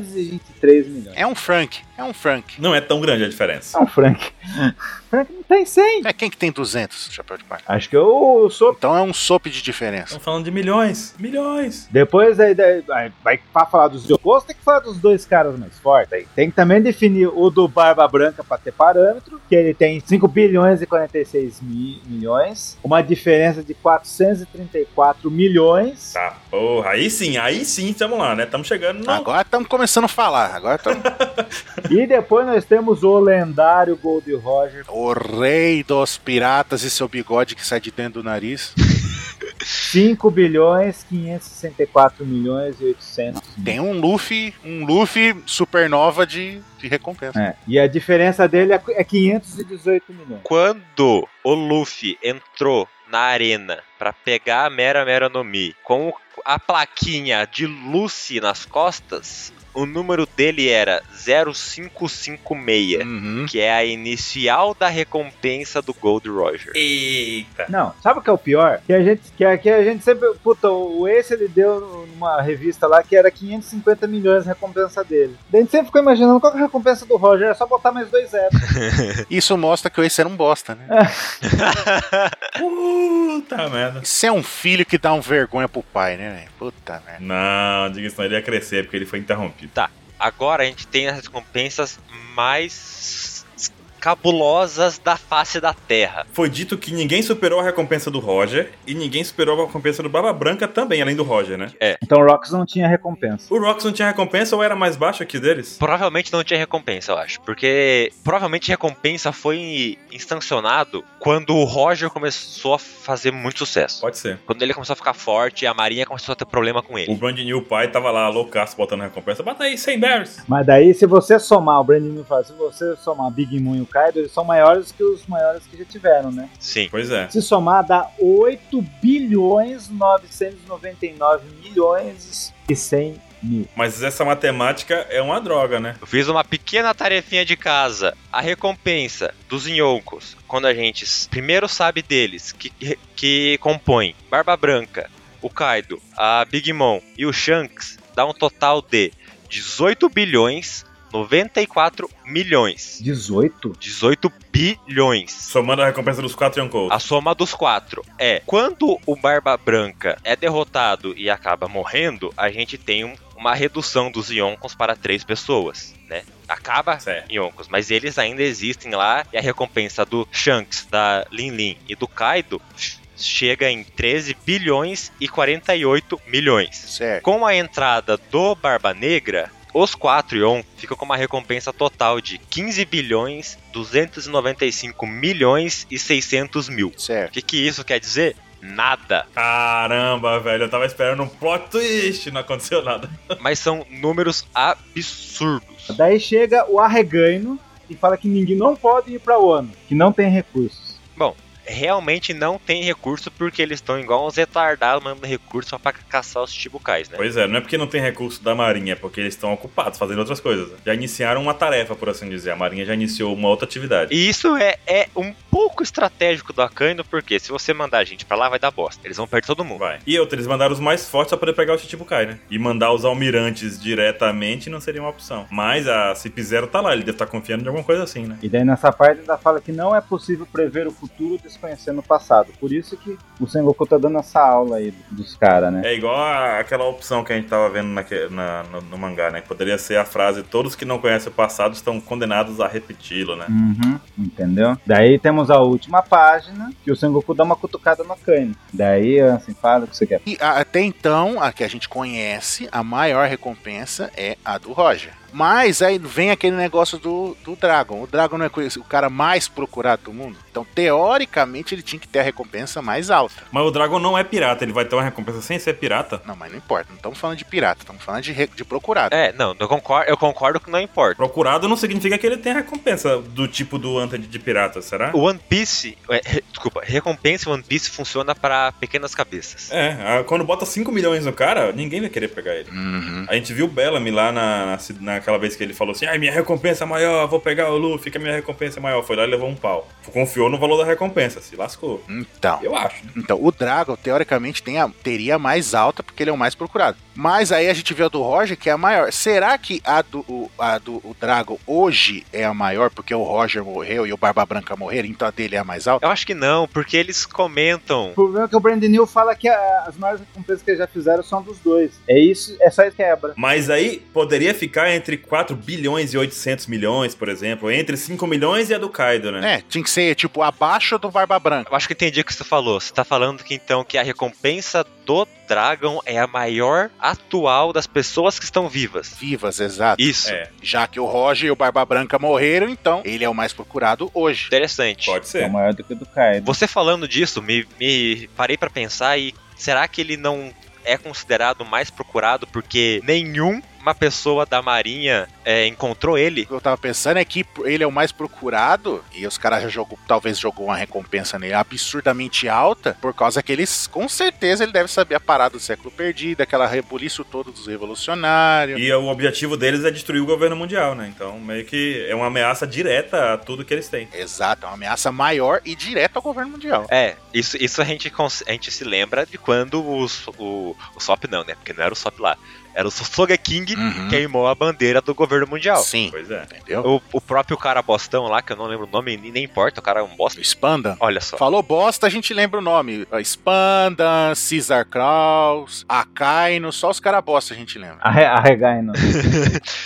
[SPEAKER 1] 223 milhões.
[SPEAKER 2] É um Frank, é um Frank.
[SPEAKER 3] Não é tão grande a diferença.
[SPEAKER 1] Não, Frank. Frank não tem 100.
[SPEAKER 2] É quem que tem 200, chapéu de palha?
[SPEAKER 1] Acho que eu sou.
[SPEAKER 2] Então é um sope de diferença.
[SPEAKER 3] Estão falando de milhões. Milhões!
[SPEAKER 1] Depois aí, daí, vai- vai pra falar dos Yokos, tem que falar dos dois caras mais fortes. Aí. Tem que também definir o do Barba Branca pra ter parâmetro, que ele tem 5 bilhões e 46 mi- milhões, uma diferença de 434 milhões.
[SPEAKER 3] Tá, porra. Aí sim, aí sim, estamos lá, né? Estamos chegando no...
[SPEAKER 2] Agora estamos começando a falar. Agora estamos.
[SPEAKER 1] E depois nós temos o lendário Gold Roger.
[SPEAKER 2] o rei dos piratas e seu bigode que sai de dentro do nariz.
[SPEAKER 1] 5 bilhões, 564 milhões e 800 mil.
[SPEAKER 2] Tem um Luffy, um Luffy supernova de, de recompensa.
[SPEAKER 1] É, E a diferença dele é é 518 milhões.
[SPEAKER 4] Quando o Luffy entrou na arena para pegar a Mera Mera no Mi com a plaquinha de Lucy nas costas, o número dele era 0556,
[SPEAKER 2] Uhum.
[SPEAKER 4] que é a inicial da recompensa do Gold Roger.
[SPEAKER 3] Eita.
[SPEAKER 1] Não, sabe o que é o pior? Que a gente, que a, que a gente sempre. Puta, o Ace ele deu numa revista lá que era 550 milhões a recompensa dele. Daí a gente sempre ficou imaginando qual que é a recompensa do Roger, é só botar mais dois zeros.
[SPEAKER 2] Isso mostra que o Ace era um bosta, né?
[SPEAKER 3] Puta merda.
[SPEAKER 2] Isso é um filho que dá um vergonha pro pai, né, velho? Puta merda.
[SPEAKER 3] Não, diga isso não, ele ia crescer porque ele foi interrompido.
[SPEAKER 4] Agora a gente tem as recompensas mais cabulosas da face da Terra.
[SPEAKER 3] Foi dito que ninguém superou a recompensa do Roger e ninguém superou a recompensa do Barba Branca também, além do Roger, né?
[SPEAKER 1] Então o Rox não tinha recompensa.
[SPEAKER 3] O Rox não tinha recompensa ou era mais baixo que deles?
[SPEAKER 4] Provavelmente não tinha recompensa, eu acho. Porque provavelmente recompensa foi instancionado quando o Roger começou a fazer muito sucesso.
[SPEAKER 3] Pode ser.
[SPEAKER 4] Quando ele começou a ficar forte, a Marinha começou a ter problema com
[SPEAKER 3] O
[SPEAKER 4] ele.
[SPEAKER 3] Brand New Pai tava lá loucaço botando recompensa. Bota aí 100 berries.
[SPEAKER 1] Mas daí, se você somar, o Brandon fala, se você somar Big Moon e o Kaido, eles são maiores que os maiores que já tiveram, né?
[SPEAKER 4] Sim.
[SPEAKER 3] Pois é.
[SPEAKER 1] Se somar, dá 8 bilhões 999 milhões e 100 mil.
[SPEAKER 3] Mas essa matemática é uma droga, né?
[SPEAKER 4] Eu fiz uma pequena tarefinha de casa. A recompensa dos Yonkos, quando a gente primeiro sabe deles, que, que compõem Barba Branca, o Kaido, a Big Mom e o Shanks, dá um total de 18 bilhões 94 milhões.
[SPEAKER 1] 18?
[SPEAKER 4] 18 bilhões.
[SPEAKER 3] Somando a recompensa dos quatro um Yonkous.
[SPEAKER 4] A soma dos quatro é quando o Barba Branca é derrotado e acaba morrendo, a gente tem um- uma redução dos Yonkos para três pessoas, né? Acaba
[SPEAKER 3] Certo.
[SPEAKER 4] Yonkos, mas eles ainda existem lá e a recompensa do Shanks, da Lin Lin e do Kaido chega em 13 bilhões e 48 milhões.
[SPEAKER 2] Certo.
[SPEAKER 4] Com a entrada do Barba Negra, os 4 Yon ficam com uma recompensa total de 15 bilhões, 295 milhões e 600 mil. O
[SPEAKER 2] Certo.
[SPEAKER 4] que, que isso quer dizer? Nada.
[SPEAKER 3] Caramba, velho. Eu tava esperando um plot twist. Não aconteceu nada.
[SPEAKER 4] Mas são números absurdos.
[SPEAKER 1] Daí chega o Arreganho e fala que ninguém não pode ir pra ONU, que não tem recursos.
[SPEAKER 4] Realmente não tem recurso porque eles estão igual uns retardados mandando recurso só pra caçar os Chibucais, né?
[SPEAKER 3] Pois é, não é porque não tem recurso da Marinha, é porque eles estão ocupados fazendo outras coisas. Já iniciaram uma tarefa, por assim dizer. A Marinha já iniciou uma outra atividade.
[SPEAKER 4] E isso é, é um pouco estratégico do Akaino, porque se você mandar a gente pra lá, vai dar bosta. Eles vão perder todo mundo.
[SPEAKER 3] Vai. E outra, eles mandaram os mais fortes só pra ele pegar o Chichibukai, né? E mandar os almirantes diretamente não seria uma opção. Mas a Cip Zero tá lá, ele deve estar confiando em alguma coisa assim, né?
[SPEAKER 1] E daí nessa parte ainda fala que não é possível prever o futuro desconhecendo o passado. Por isso que o Sengoku tá dando essa aula aí dos caras, né?
[SPEAKER 3] É igual a- aquela opção que a gente tava vendo naque- na- no, no mangá, né? Que Poderia ser a frase: todos que não conhecem o passado estão condenados a repeti-lo, né?
[SPEAKER 1] Uhum, entendeu? Daí temos a última página, que o Sengoku dá uma cutucada no Kane. Daí, assim, fala o que você quer.
[SPEAKER 2] E a- até então, a que a gente conhece, a maior recompensa é a do Roger. Mas aí vem aquele negócio do, do Dragon. O Dragon não é conhecido- o cara mais procurado do mundo. Então, teoricamente, ele tinha que ter a recompensa mais alta.
[SPEAKER 3] Mas o Dragon não é pirata, ele vai ter uma recompensa sem ser pirata?
[SPEAKER 2] Não, mas não importa. Não estamos falando de pirata, estamos falando de, re- de procurado.
[SPEAKER 4] É, não, eu concordo, eu concordo que não importa.
[SPEAKER 3] Procurado não significa que ele tem recompensa do tipo do Anted de pirata, será?
[SPEAKER 4] O One Piece, é, re- desculpa, recompensa em One Piece funciona pra pequenas cabeças.
[SPEAKER 3] É, a- quando bota 5 milhões no cara, ninguém vai querer pegar ele.
[SPEAKER 2] Uhum.
[SPEAKER 3] A gente viu o Bellamy lá na, na ci- naquela vez que ele falou assim: ai, minha recompensa é maior, vou pegar o Luffy, que a minha recompensa é maior. Foi lá e levou um pau. Confiou no valor da recompensa, se lascou.
[SPEAKER 2] Então.
[SPEAKER 3] Eu acho. né?
[SPEAKER 2] Então, o Dragon, teoricamente, tem a- teria a mais alta, porque ele é o mais procurado. Mas aí a gente vê a do Roger, que é a maior. Será que a do, o, a do o Dragon hoje é a maior, porque o Roger morreu e o Barba Branca morreram, então a dele é a mais alta?
[SPEAKER 4] Eu acho que não, porque eles comentam.
[SPEAKER 1] O problema é que o Brandon New fala que a- as maiores recompensas que eles já fizeram são dos dois. É isso, é só isso que quebra.
[SPEAKER 3] Mas aí poderia ficar entre 4 bilhões e 800 milhões, por exemplo, entre 5 milhões e a do Kaido, né?
[SPEAKER 2] É, tinha que ser, tipo, abaixo do Barba Branca.
[SPEAKER 4] Eu acho que entendi o que você falou. Você tá falando que então que a recompensa do Dragon é a maior atual das pessoas que estão vivas.
[SPEAKER 2] Vivas, exato.
[SPEAKER 4] Isso.
[SPEAKER 3] É,
[SPEAKER 2] Já que o Roger e o Barba Branca morreram, então ele é o mais procurado hoje.
[SPEAKER 4] Interessante.
[SPEAKER 3] pode
[SPEAKER 1] É
[SPEAKER 3] ser.
[SPEAKER 1] maior do que o do Kaido.
[SPEAKER 4] Você falando disso, me, me parei pra pensar e será que ele não é considerado o mais procurado porque nenhum uma pessoa da marinha é, encontrou ele.
[SPEAKER 2] O que eu tava pensando é que ele é o mais procurado e os caras já jogou, talvez jogou uma recompensa nele absurdamente alta, por causa que eles, com certeza, ele deve saber a parada do século perdido, aquela rebuliço todo dos revolucionários.
[SPEAKER 3] E o objetivo deles é destruir o governo mundial, né? Então, meio que é uma ameaça direta a tudo que eles têm.
[SPEAKER 2] Exato, é uma ameaça maior e direta ao governo mundial.
[SPEAKER 4] É, isso, isso a, gente, cons- a gente se lembra de quando o, o, o SOP não, né? Porque não era o SOP lá. Era o Sogeking
[SPEAKER 2] Uhum.
[SPEAKER 4] que queimou a bandeira do governo mundial.
[SPEAKER 2] Sim.
[SPEAKER 3] Pois é.
[SPEAKER 2] Entendeu?
[SPEAKER 4] O, o próprio cara bostão lá, que eu não lembro o nome, nem, nem importa, o cara é um bosta.
[SPEAKER 2] Expanda.
[SPEAKER 4] Olha só.
[SPEAKER 2] Falou bosta, a gente lembra o nome. Expanda, Caesar Kraus, Akaino, só os caras bosta a gente lembra.
[SPEAKER 1] Arre- Arregaino.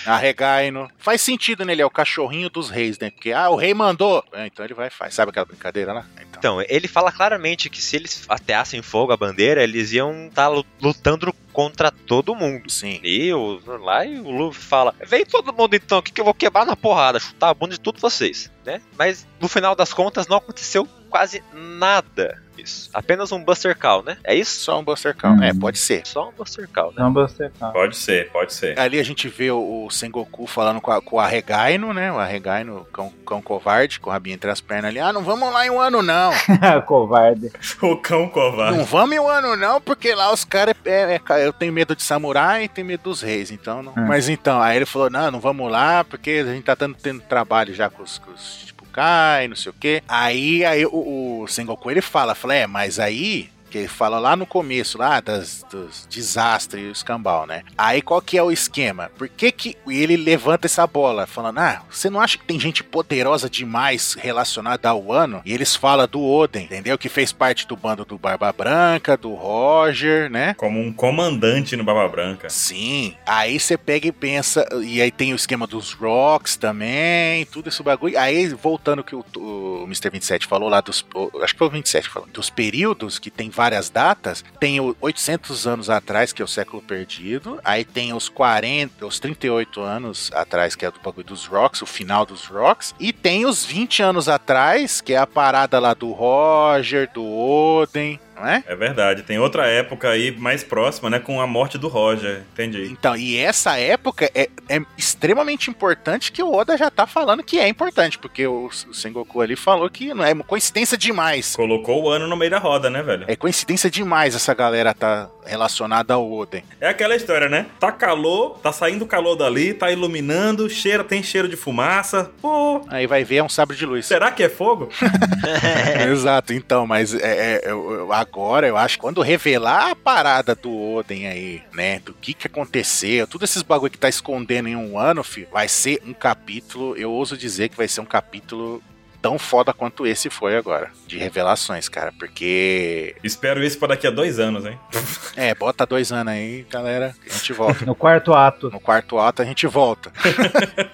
[SPEAKER 2] Arregaino. Faz sentido nele, é o cachorrinho dos reis, né? Porque, ah, o rei mandou. É, então ele vai e faz. Sabe aquela brincadeira lá? Então.
[SPEAKER 4] Então, ele fala claramente que se eles ateassem fogo à bandeira, eles iam estar lutando contra todo mundo.
[SPEAKER 2] Sim.
[SPEAKER 4] E o, lá e o Luffy fala: Vem todo mundo então, que, que eu vou quebrar na porrada, chutar a bunda de todos vocês, né? Mas no final das contas não aconteceu quase nada isso. Apenas um Buster Call, né? É isso?
[SPEAKER 2] Só um Buster Call.
[SPEAKER 1] Hum.
[SPEAKER 2] É, pode ser.
[SPEAKER 4] Só um Buster Call, né?
[SPEAKER 1] Não você tá.
[SPEAKER 3] Pode ser, pode ser.
[SPEAKER 2] Ali a gente vê o o Sengoku falando com, a- com o Arregaino, né? O Arregaino, cão, cão covarde, com o rabinho entre as pernas ali. Ah, não vamos lá em um ano, não.
[SPEAKER 1] Covarde.
[SPEAKER 3] O cão covarde.
[SPEAKER 2] Não vamos em um ano, não, porque lá os caras. É, é, ca- eu tenho medo de samurai e tenho medo dos reis, então. não-
[SPEAKER 1] É.
[SPEAKER 2] Mas então, aí ele falou: não, não vamos lá, porque a gente tá tendo, tendo trabalho já com os. Com os tipo, Kai, não sei o quê. Aí, aí o, o Sengoku ele fala, fala, é, mas aí. Que ele fala lá no começo, lá das, dos desastres e o escambau, né? Aí qual que é o esquema? Por que que e ele levanta essa bola, falando, ah, você não acha que tem gente poderosa demais relacionada ao ano? E eles falam do Oden, entendeu? Que fez parte do bando do Barba Branca, do Roger, né?
[SPEAKER 3] Como um comandante no Baba Branca.
[SPEAKER 2] Sim. Aí você pega e pensa, e aí tem o esquema dos rocks também, tudo esse bagulho. Aí, voltando que o, o Mr. 27 falou lá dos. o- Acho que foi o 27 que falou. Dos períodos que tem várias datas, tem o 800 anos atrás, que é o século perdido. Aí tem os 40, os 38 anos atrás, que é do bagulho dos rocks, o final dos rocks. E tem os 20 anos atrás, que é a parada lá do Roger, do Oden, não é?
[SPEAKER 3] É verdade. Tem outra época aí mais próxima, né? Com a morte do Roger. Entendi.
[SPEAKER 2] Então, e essa época é, é extremamente importante que o Oda já tá falando que é importante, porque o, o Sengoku ali falou que não é coincidência demais.
[SPEAKER 3] Colocou o ano no meio da roda, né, velho?
[SPEAKER 2] É coincidência demais essa galera tá relacionada ao Oden.
[SPEAKER 3] É aquela história, né? Tá calor, tá saindo calor dali, tá iluminando, cheira, tem cheiro de fumaça. Pô,
[SPEAKER 2] Aí vai ver é um sabre de luz.
[SPEAKER 3] será que é fogo?
[SPEAKER 2] Exato, então, mas é, é, eu- eu- agora eu acho que quando revelar a parada do Oden aí, né? Do que que aconteceu, tudo esses bagulho que tá escondendo em um ano, filho, vai ser um capítulo, eu ouso dizer que vai ser um capítulo tão foda quanto esse foi agora, de revelações, cara, porque.
[SPEAKER 3] Espero isso pra daqui a dois anos, hein?
[SPEAKER 2] É, bota dois anos aí, galera, a gente volta.
[SPEAKER 1] No quarto ato.
[SPEAKER 2] No quarto ato a gente volta.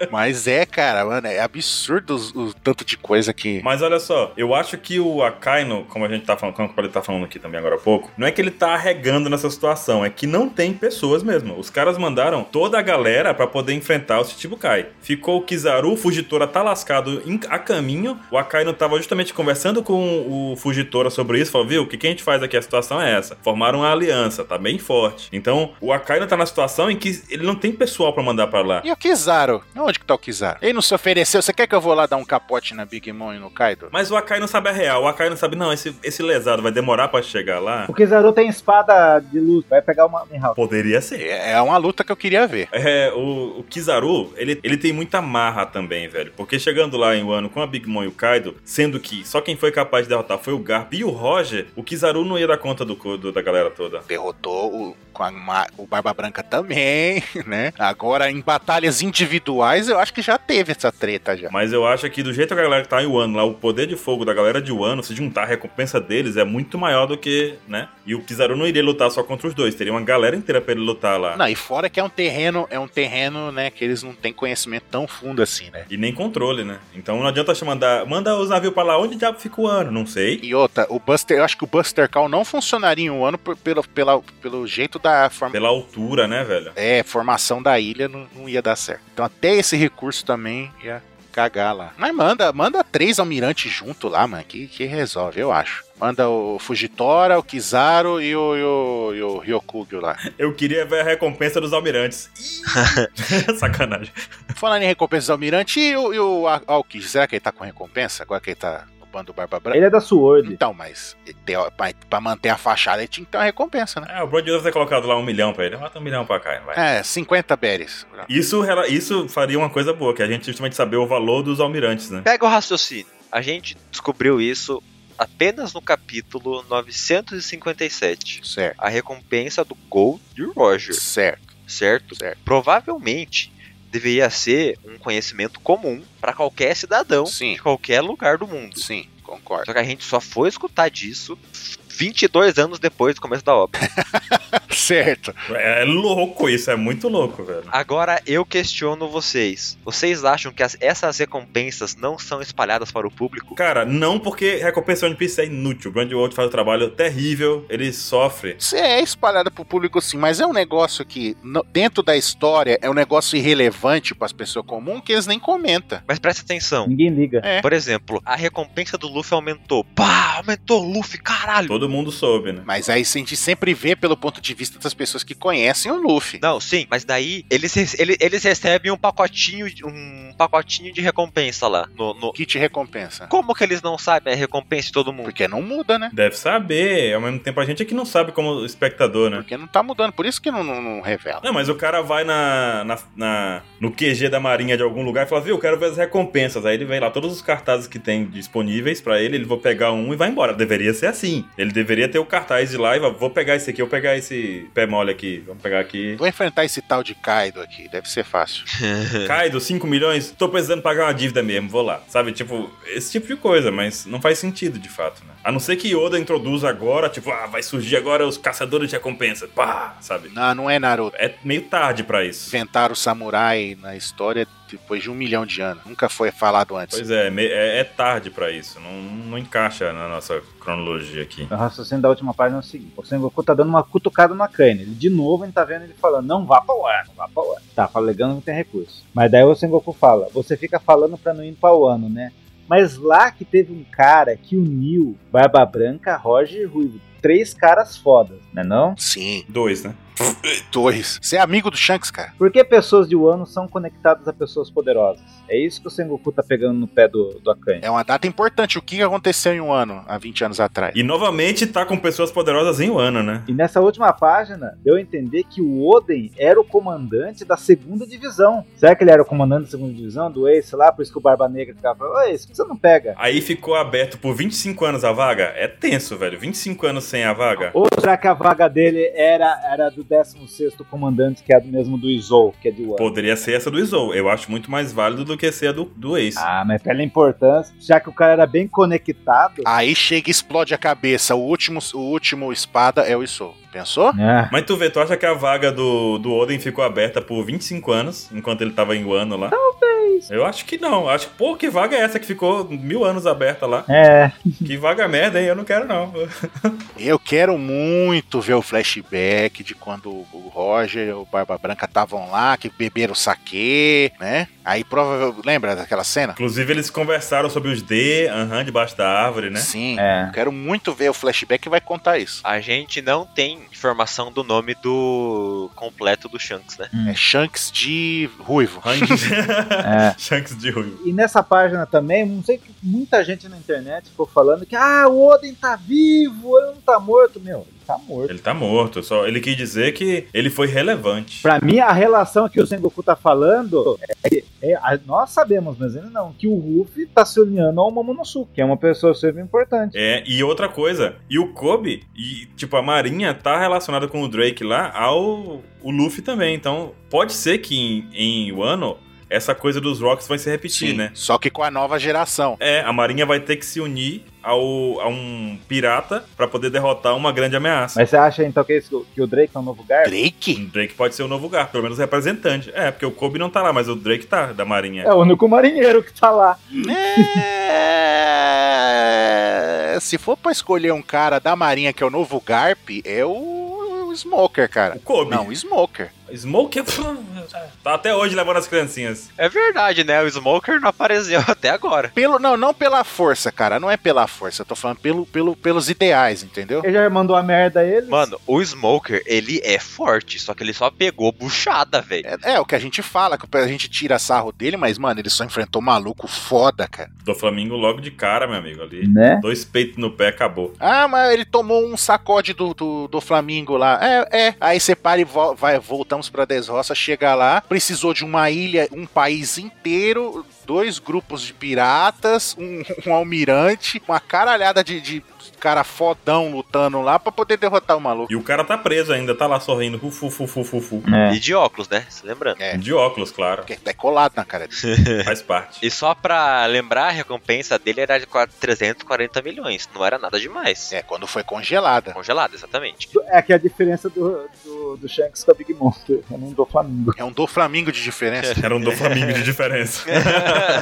[SPEAKER 2] Mas é, cara, mano, é absurdo os- o tanto de coisa que.
[SPEAKER 3] Mas olha só, eu acho que o Akaino, como a gente tá falando, como ele tá falando aqui também agora há pouco, não é que ele tá arregando nessa situação, é que não tem pessoas mesmo. Os caras mandaram toda a galera pra poder enfrentar o Chichibukai. Ficou o Kizaru, o Fugitora tá lascado em- a caminho. O Akaino tava justamente conversando com o Fugitora sobre isso, falou, viu, o que, que a gente faz aqui? A situação é essa. Formaram uma aliança, tá bem forte. Então, o Akaino tá na situação em que ele não tem pessoal pra mandar pra lá.
[SPEAKER 2] E o Kizaru? Onde que tá o Kizaru? Ele não se ofereceu. Você quer que eu vou lá dar um capote na Big Mom e no Kaido?
[SPEAKER 3] Mas o Akai não sabe a real. O Akai não sabe, não, esse, esse lesado vai demorar pra chegar lá.
[SPEAKER 1] O Kizaru tem espada de luz. Vai pegar uma Mihawk.
[SPEAKER 3] Poderia ser.
[SPEAKER 2] É é uma luta que eu queria ver.
[SPEAKER 3] É, o, o Kizaru, ele, ele tem muita marra também, velho. Porque chegando lá em Wano com a Big Mom e o Kaido, sendo que só quem foi capaz de derrotar foi o Garp e o Roger, o Kizaru não ia dar conta do, co- do- da galera toda.
[SPEAKER 2] Derrotou o, com a ma- o Barba Branca também, né? Agora, em batalhas individuais, eu acho que já teve essa treta já.
[SPEAKER 3] Mas eu acho que do jeito que a galera tá em Wano lá, o poder de fogo da galera de Wano, se juntar a recompensa deles é muito maior do que, né? E o Kizaru não iria lutar só contra os dois, teria uma galera inteira pra ele lutar lá.
[SPEAKER 2] Não, e fora que é um terreno, é um terreno, né, que eles não têm conhecimento tão fundo assim, né?
[SPEAKER 3] E nem controle, né? Então não adianta chamar, mandar, manda os navios pra lá, onde diabo fica o ano? Não sei.
[SPEAKER 2] E outra, o Buster, eu acho que o Buster Call não funcionaria em um ano por- pelo, pela, pelo jeito da forma.
[SPEAKER 3] Pela altura, né, velho?
[SPEAKER 2] É, formação da ilha não, não ia dar certo. Então até esse recurso também ia cagar lá. Mas manda, manda três almirantes junto lá, mano, que, que resolve, eu acho. Anda o Fujitora, o Kizaru e o, e o, e o Ryokugyo lá.
[SPEAKER 3] Eu queria ver a recompensa dos almirantes. Ih! Sacanagem.
[SPEAKER 2] Falando em recompensa do Almirante, e o, e o Al- Alkid, será que ele tá com recompensa? Agora que ele tá no bando do Barba Branca?
[SPEAKER 1] Ele é da Sword.
[SPEAKER 2] Então, mas ele tem- pra, pra manter a fachada ele tinha que ter uma recompensa, né?
[SPEAKER 3] É, o Brody deve ter colocado lá um milhão pra ele. Bota um milhão pra cá, vai.
[SPEAKER 2] É, 50 berries.
[SPEAKER 3] Isso, rela- isso faria uma coisa boa, que a gente justamente saber o valor dos almirantes, né?
[SPEAKER 4] Pega o raciocínio. A gente descobriu isso apenas no capítulo 957.
[SPEAKER 2] Certo,
[SPEAKER 4] A recompensa do Gold de Roger,
[SPEAKER 2] certo,
[SPEAKER 4] certo?
[SPEAKER 2] certo.
[SPEAKER 4] Provavelmente deveria ser um conhecimento comum para qualquer cidadão
[SPEAKER 2] Sim.
[SPEAKER 4] de qualquer lugar do mundo.
[SPEAKER 2] Sim, concordo.
[SPEAKER 4] Só que a gente só foi escutar disso 22 anos depois do começo da obra.
[SPEAKER 2] Certo.
[SPEAKER 3] É louco isso, é muito louco, velho.
[SPEAKER 4] Agora eu questiono vocês. Vocês acham que as- essas recompensas não são espalhadas para o público?
[SPEAKER 3] Cara, não porque recompensa One Piece é inútil. O Brand World faz um trabalho terrível, ele sofre.
[SPEAKER 2] Isso é espalhado pro público sim, mas é um negócio que, no- dentro da história, é um negócio irrelevante pras pessoas comuns que eles nem comentam.
[SPEAKER 4] Mas presta atenção.
[SPEAKER 1] Ninguém liga.
[SPEAKER 2] É.
[SPEAKER 4] Por exemplo, a recompensa do Luffy aumentou. Pá, aumentou o Luffy, caralho.
[SPEAKER 3] Todo mundo soube, né?
[SPEAKER 2] Mas aí a gente sempre vê pelo ponto de vista das pessoas que conhecem o Luffy.
[SPEAKER 4] Não, sim, mas daí eles, rece- ele- eles recebem um pacotinho, de- um pacotinho de recompensa lá. No, no-
[SPEAKER 2] Que te recompensa.
[SPEAKER 4] Como que eles não sabem a recompensa de todo mundo?
[SPEAKER 2] Porque não muda, né?
[SPEAKER 3] Deve saber, ao mesmo tempo a gente é que não sabe como espectador, né?
[SPEAKER 2] Porque não tá mudando, por isso que não, não- não revela.
[SPEAKER 3] Não, mas o cara vai na, na, na- no QG da Marinha de algum lugar e fala, viu, eu quero ver as recompensas. Aí ele vem lá, todos os cartazes que tem disponíveis pra ele, ele vou pegar um e vai embora. Deveria ser assim. Ele deveria ter o cartaz de lá e vai, vou pegar esse aqui, vou pegar esse pé mole aqui, vamos pegar aqui.
[SPEAKER 2] Vou enfrentar esse tal de Kaido aqui, deve ser fácil.
[SPEAKER 3] Kaido, 5 milhões, tô precisando pagar uma dívida mesmo, vou lá. Sabe, tipo, esse tipo de coisa, mas não faz sentido de fato, né? A não ser que Oda introduza agora, tipo, ah, vai surgir agora os caçadores de recompensa. Pá, sabe?
[SPEAKER 2] Não, não é Naruto.
[SPEAKER 3] É meio tarde pra isso.
[SPEAKER 2] Inventaram o samurai na história depois de um milhão de anos. Nunca foi falado antes.
[SPEAKER 3] Pois é, me- é, é tarde pra isso. Não, não encaixa na nossa cronologia aqui.
[SPEAKER 1] O raciocínio da última página é o seguinte: o Sengoku tá dando uma cutucada na Kaine. Ele, de novo, a gente tá vendo ele falando: não vá pra Wano, não vá pra Wano. Tá, alegando que tem recurso. Mas daí o Sengoku fala: você fica falando pra não ir pra Wano, né? Mas lá que teve um cara que uniu Barba Branca, Roger e Ruivo. Três caras fodas, né
[SPEAKER 3] é.
[SPEAKER 1] não?
[SPEAKER 2] Sim.
[SPEAKER 3] Dois, né?
[SPEAKER 2] Dois. Você é amigo do Shanks, cara?
[SPEAKER 1] Por que pessoas de Wano são conectadas a pessoas poderosas? É isso que o Sengoku tá pegando no pé do, do Akane.
[SPEAKER 2] É uma data importante. O que aconteceu em um ano, há 20 anos atrás?
[SPEAKER 3] E novamente tá com pessoas poderosas em Wano, né?
[SPEAKER 1] E nessa última página, deu a entender que o Oden era o comandante da segunda divisão. Será que ele era o comandante da segunda divisão, do Ace lá? Por isso que o Barba Negra ficava falando, "Ô, Ace, por que você não pega?
[SPEAKER 3] Aí ficou aberto por 25 anos a vaga? É tenso, velho. 25 anos sem a vaga?
[SPEAKER 1] Ou será que a vaga dele era, era do 16º comandante, que é do mesmo do Izou, que é de Wano?
[SPEAKER 3] Poderia ser essa do Izou. Eu acho muito mais válido do que ser a do, do Ace.
[SPEAKER 1] Ah, mas pela importância, já que o cara era bem conectado...
[SPEAKER 2] Aí chega e explode a cabeça. O último, o último espada é o Isou. Pensou?
[SPEAKER 1] né?
[SPEAKER 3] Mas tu vê, tu acha que a vaga do, do Oden ficou aberta por 25 anos, enquanto ele tava em Wano lá? Talvez. Eu acho que não. Acho que, pô, que vaga é essa que ficou mil anos aberta lá?
[SPEAKER 1] É,
[SPEAKER 3] Que vaga merda, hein? Eu não quero, não.
[SPEAKER 2] Eu quero muito ver o flashback de quando o Roger e o Barba Branca estavam lá, que beberam saquê, né? Aí provavelmente. Lembra daquela cena?
[SPEAKER 3] Inclusive, eles conversaram sobre os D, aham, debaixo da árvore, né?
[SPEAKER 2] Sim.
[SPEAKER 1] é.
[SPEAKER 2] Eu quero muito ver o flashback que vai contar isso.
[SPEAKER 4] A gente não tem informação do nome do completo do Shanks, né?
[SPEAKER 2] É Shanks de ruivo.
[SPEAKER 3] Hang...
[SPEAKER 1] É.
[SPEAKER 3] Shanks de ruivo.
[SPEAKER 1] E nessa página também, não sei que muita gente na internet ficou falando que ah, o Oden tá vivo, o Oden não tá morto. Meu, ele tá morto.
[SPEAKER 3] Ele tá morto, só ele quis dizer que ele foi relevante.
[SPEAKER 1] Pra mim, a relação que o Sengoku tá falando, é que- é, a- nós sabemos, mas ele não, que o Ruffy tá se alinhando ao Momonosuke, que é uma pessoa sempre importante.
[SPEAKER 3] É, e outra coisa, e o Kobe, e tipo, a Marinha tá relacionada com o Drake lá ao o Luffy também. Então, pode ser que em, em Wano essa coisa dos Rocks vai se repetir,
[SPEAKER 2] Sim,
[SPEAKER 3] né?
[SPEAKER 2] Só que com a nova geração.
[SPEAKER 3] É, a Marinha vai ter que se unir ao, a um pirata pra poder derrotar uma grande ameaça.
[SPEAKER 1] Mas você acha então que, é isso, que o Drake é um novo Garp?
[SPEAKER 2] Drake?
[SPEAKER 3] O Drake pode ser o novo lugar, pelo menos representante. É, porque o Kobe não tá lá, mas o Drake tá, da Marinha.
[SPEAKER 1] É o único marinheiro que tá lá.
[SPEAKER 2] É... Se for pra escolher um cara da marinha que é o novo Garp, é o o Smoker, cara.
[SPEAKER 3] O Kobe.
[SPEAKER 2] Não, o Smoker.
[SPEAKER 3] Smoke é.
[SPEAKER 5] sabe?
[SPEAKER 3] Tá até hoje levando as criancinhas.
[SPEAKER 4] É verdade, né? O Smoker não apareceu até agora.
[SPEAKER 2] Pelo, não, não pela força, cara. Não é pela força. Eu tô falando pelo, pelo, pelos ideais, entendeu?
[SPEAKER 1] Ele já mandou a merda a ele.
[SPEAKER 4] Mano, o Smoker, ele é forte, só que ele só pegou buchada, velho.
[SPEAKER 2] É, é o que a gente fala, que a gente tira sarro dele, mas, mano, ele só enfrentou um maluco foda, cara.
[SPEAKER 3] Do Flamengo logo de cara, meu amigo, ali.
[SPEAKER 1] Né?
[SPEAKER 3] Dois peitos no pé, acabou.
[SPEAKER 2] Ah, mas ele tomou um sacode do, do, do Flamingo lá. É, é. Aí você para e vo- vai, voltamos pra Desroça, chega lá, precisou de uma ilha, um país inteiro, dois grupos de piratas, um, um almirante, uma caralhada de, de cara fodão lutando lá pra poder derrotar o maluco.
[SPEAKER 3] E o cara tá preso ainda, tá lá sorrindo. Fu, fu, fu, fu, fu, fu.
[SPEAKER 1] É.
[SPEAKER 4] E de óculos, né? Se lembrando.
[SPEAKER 2] É.
[SPEAKER 3] De óculos, claro.
[SPEAKER 2] Porque tá colado na cara dele.
[SPEAKER 3] Faz parte.
[SPEAKER 4] E só pra lembrar, a recompensa dele era de 4- 340 milhões. Não era nada demais.
[SPEAKER 2] É, quando foi congelada.
[SPEAKER 4] Congelado, exatamente.
[SPEAKER 1] É que a diferença do, do, do Shanks com a Big Monster. Eu não dou Flamengo.
[SPEAKER 2] É um do Flamingo de diferença.
[SPEAKER 3] Era um do Flamengo de diferença.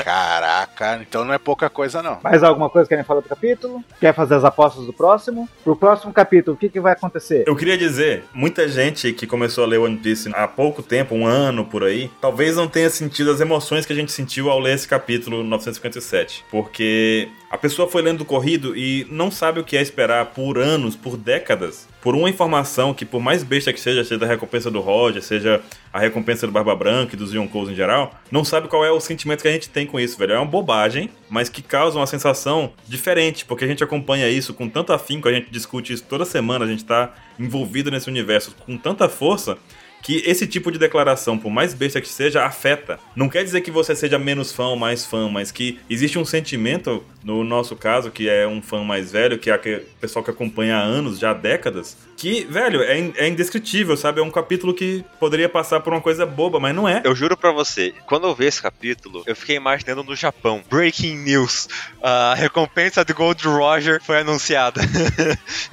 [SPEAKER 2] Caraca, então não é pouca coisa, não.
[SPEAKER 1] Mais alguma coisa que querem falar do capítulo? Quer fazer as apostas do próximo? Pro próximo capítulo, o que, que vai acontecer?
[SPEAKER 3] Eu queria dizer, muita gente que começou a ler One Piece há pouco tempo, um ano por aí, talvez não tenha sentido as emoções que a gente sentiu ao ler esse capítulo 957. Porque a pessoa foi lendo corrido e não sabe o que é esperar por anos, por décadas, por uma informação que, por mais besta que seja, seja a recompensa do Roger, seja a recompensa do Barba Branca e dos Yonkous em geral, não sabe qual é o sentimento que a gente tem com isso, velho. É uma bobagem, mas que causa uma sensação diferente, porque a gente acompanha isso com tanto afinco, a gente discute isso toda semana, a gente tá envolvido nesse universo com tanta força que esse tipo de declaração, por mais besta que seja, afeta. Não quer dizer que você seja menos fã ou mais fã, mas que existe um sentimento, no nosso caso, que é um fã mais velho, que é aquele pessoal que acompanha há anos, já há décadas, que, velho, é, in- é indescritível, sabe? É um capítulo que poderia passar por uma coisa boba, mas não é.
[SPEAKER 4] Eu juro pra você, quando eu vi esse capítulo, eu fiquei imaginando no Japão. Breaking news. A recompensa do Gold Roger foi anunciada.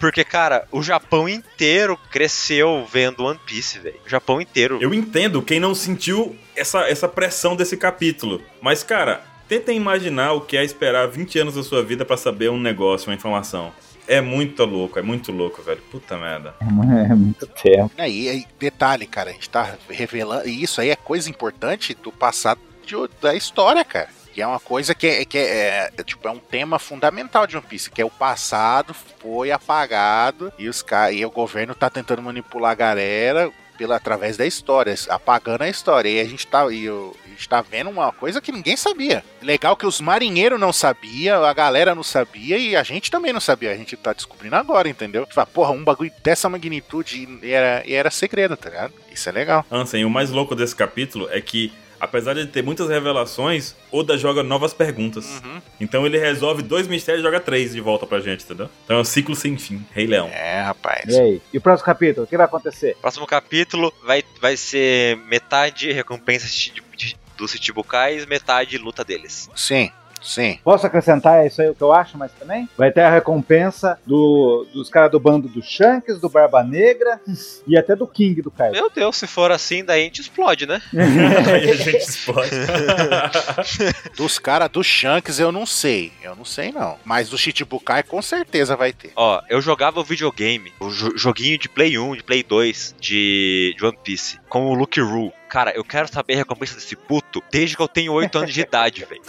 [SPEAKER 4] Porque, cara, o Japão inteiro cresceu vendo One Piece, velho. O Japão inteiro.
[SPEAKER 3] Eu entendo quem não sentiu essa, essa pressão desse capítulo. Mas, cara, tentem imaginar o que é esperar 20 anos da sua vida pra saber um negócio, uma informação. É muito louco, é muito louco, velho. Puta merda.
[SPEAKER 1] É muito tempo.
[SPEAKER 2] Né, Aí, aí, detalhe, cara, a gente tá revelando. E isso aí é coisa importante do passado de o- da história, cara. Que é uma coisa que, é, que é, é, tipo, é um tema fundamental de One Piece, que é o passado foi apagado e os ca- e o governo tá tentando manipular a galera pela, através da história, apagando a história. E a gente tá, e o- a gente tá vendo uma coisa que ninguém sabia. Legal que os marinheiros não sabiam, a galera não sabia e a gente também não sabia. A gente tá descobrindo agora, entendeu? Fala, porra, um bagulho dessa magnitude e era, e era segredo, tá ligado? Isso é legal.
[SPEAKER 3] Ansem, o mais louco desse capítulo é que, apesar de ter muitas revelações, Oda joga novas perguntas. Então ele resolve dois mistérios e joga três de volta pra gente, entendeu? Então é um ciclo sem fim. Rei Leão.
[SPEAKER 2] É, rapaz.
[SPEAKER 1] E aí? E o próximo capítulo, o que vai acontecer?
[SPEAKER 4] Próximo capítulo vai, vai ser metade recompensa de- de- dos Chichibukais, metade luta deles.
[SPEAKER 2] Sim, sim.
[SPEAKER 1] Posso acrescentar é isso aí o que eu acho, mas também? Vai ter a recompensa do- dos caras do bando do Shanks, do Barba Negra e até do King do Kaido.
[SPEAKER 4] Meu Deus, se for assim, daí a gente explode, né?
[SPEAKER 3] Aí a gente explode.
[SPEAKER 2] Dos caras do Shanks eu não sei. Eu não sei, não. Mas do Shichibukai com certeza vai ter.
[SPEAKER 4] Ó, eu jogava o videogame, o jo- joguinho de Play 1, de Play 2, de, de One Piece, com o Luke Rule. Cara, eu quero saber a recompensa desse puto desde que eu tenho 8 anos de idade, velho.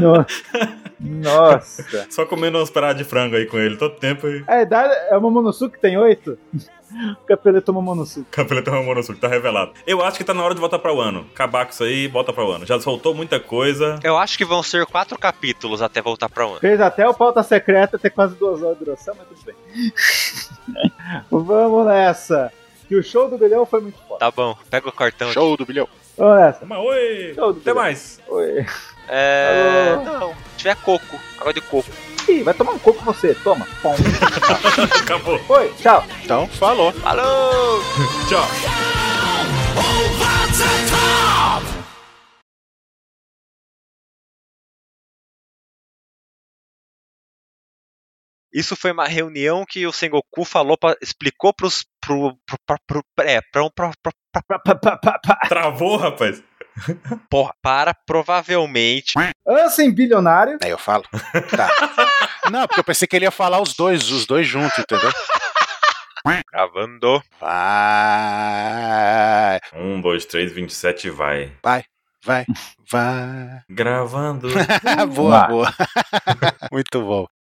[SPEAKER 1] No- Nossa.
[SPEAKER 3] Só comendo umas paradas de frango aí com ele todo tempo e o
[SPEAKER 1] A idade é o Momonosuke que tem oito? O capeleto Momonosuke.
[SPEAKER 3] Capeleto Momonosuke tá revelado. Eu acho que tá na hora de voltar pra Wano. Acabar com isso aí, bota pra Wano. Já soltou muita coisa.
[SPEAKER 4] Eu acho que vão ser 4 capítulos até voltar pra One.
[SPEAKER 1] Fez até o pauta secreta ter quase duas horas de duração, mas tudo bem. Vamos nessa. Que o show do bilhão foi muito foda.
[SPEAKER 4] Tá bom, pega o cartão aqui.
[SPEAKER 2] Show do bilhão.
[SPEAKER 1] Vamos nessa.
[SPEAKER 3] Mas oi!
[SPEAKER 1] Todo
[SPEAKER 3] Até
[SPEAKER 1] bem.
[SPEAKER 3] mais!
[SPEAKER 1] Oi.
[SPEAKER 4] É.
[SPEAKER 1] Alô?
[SPEAKER 4] Não, se tiver coco, água de coco.
[SPEAKER 1] Ih, vai tomar um coco você. Toma. Pom.
[SPEAKER 3] Acabou.
[SPEAKER 1] Oi, tchau.
[SPEAKER 2] Então, falou.
[SPEAKER 4] Falou!
[SPEAKER 3] Tchau.
[SPEAKER 4] Isso foi uma reunião que o Sengoku falou, pra, explicou pros. Pro, pro, pra- pro, é, pra, um- pra, pra,
[SPEAKER 1] Pá, pá, pá, pá, pá.
[SPEAKER 3] Travou, rapaz.
[SPEAKER 4] porra, para provavelmente.
[SPEAKER 1] Ansem bilionário.
[SPEAKER 2] Aí eu falo. Tá. Não, porque eu pensei que ele ia falar os dois, os dois juntos, entendeu?
[SPEAKER 4] Gravando.
[SPEAKER 2] Vai,
[SPEAKER 3] Um, dois, três, vinte e sete, vai.
[SPEAKER 2] vai, vai.
[SPEAKER 3] Gravando.
[SPEAKER 2] boa,
[SPEAKER 1] Vai.
[SPEAKER 2] boa. Muito bom.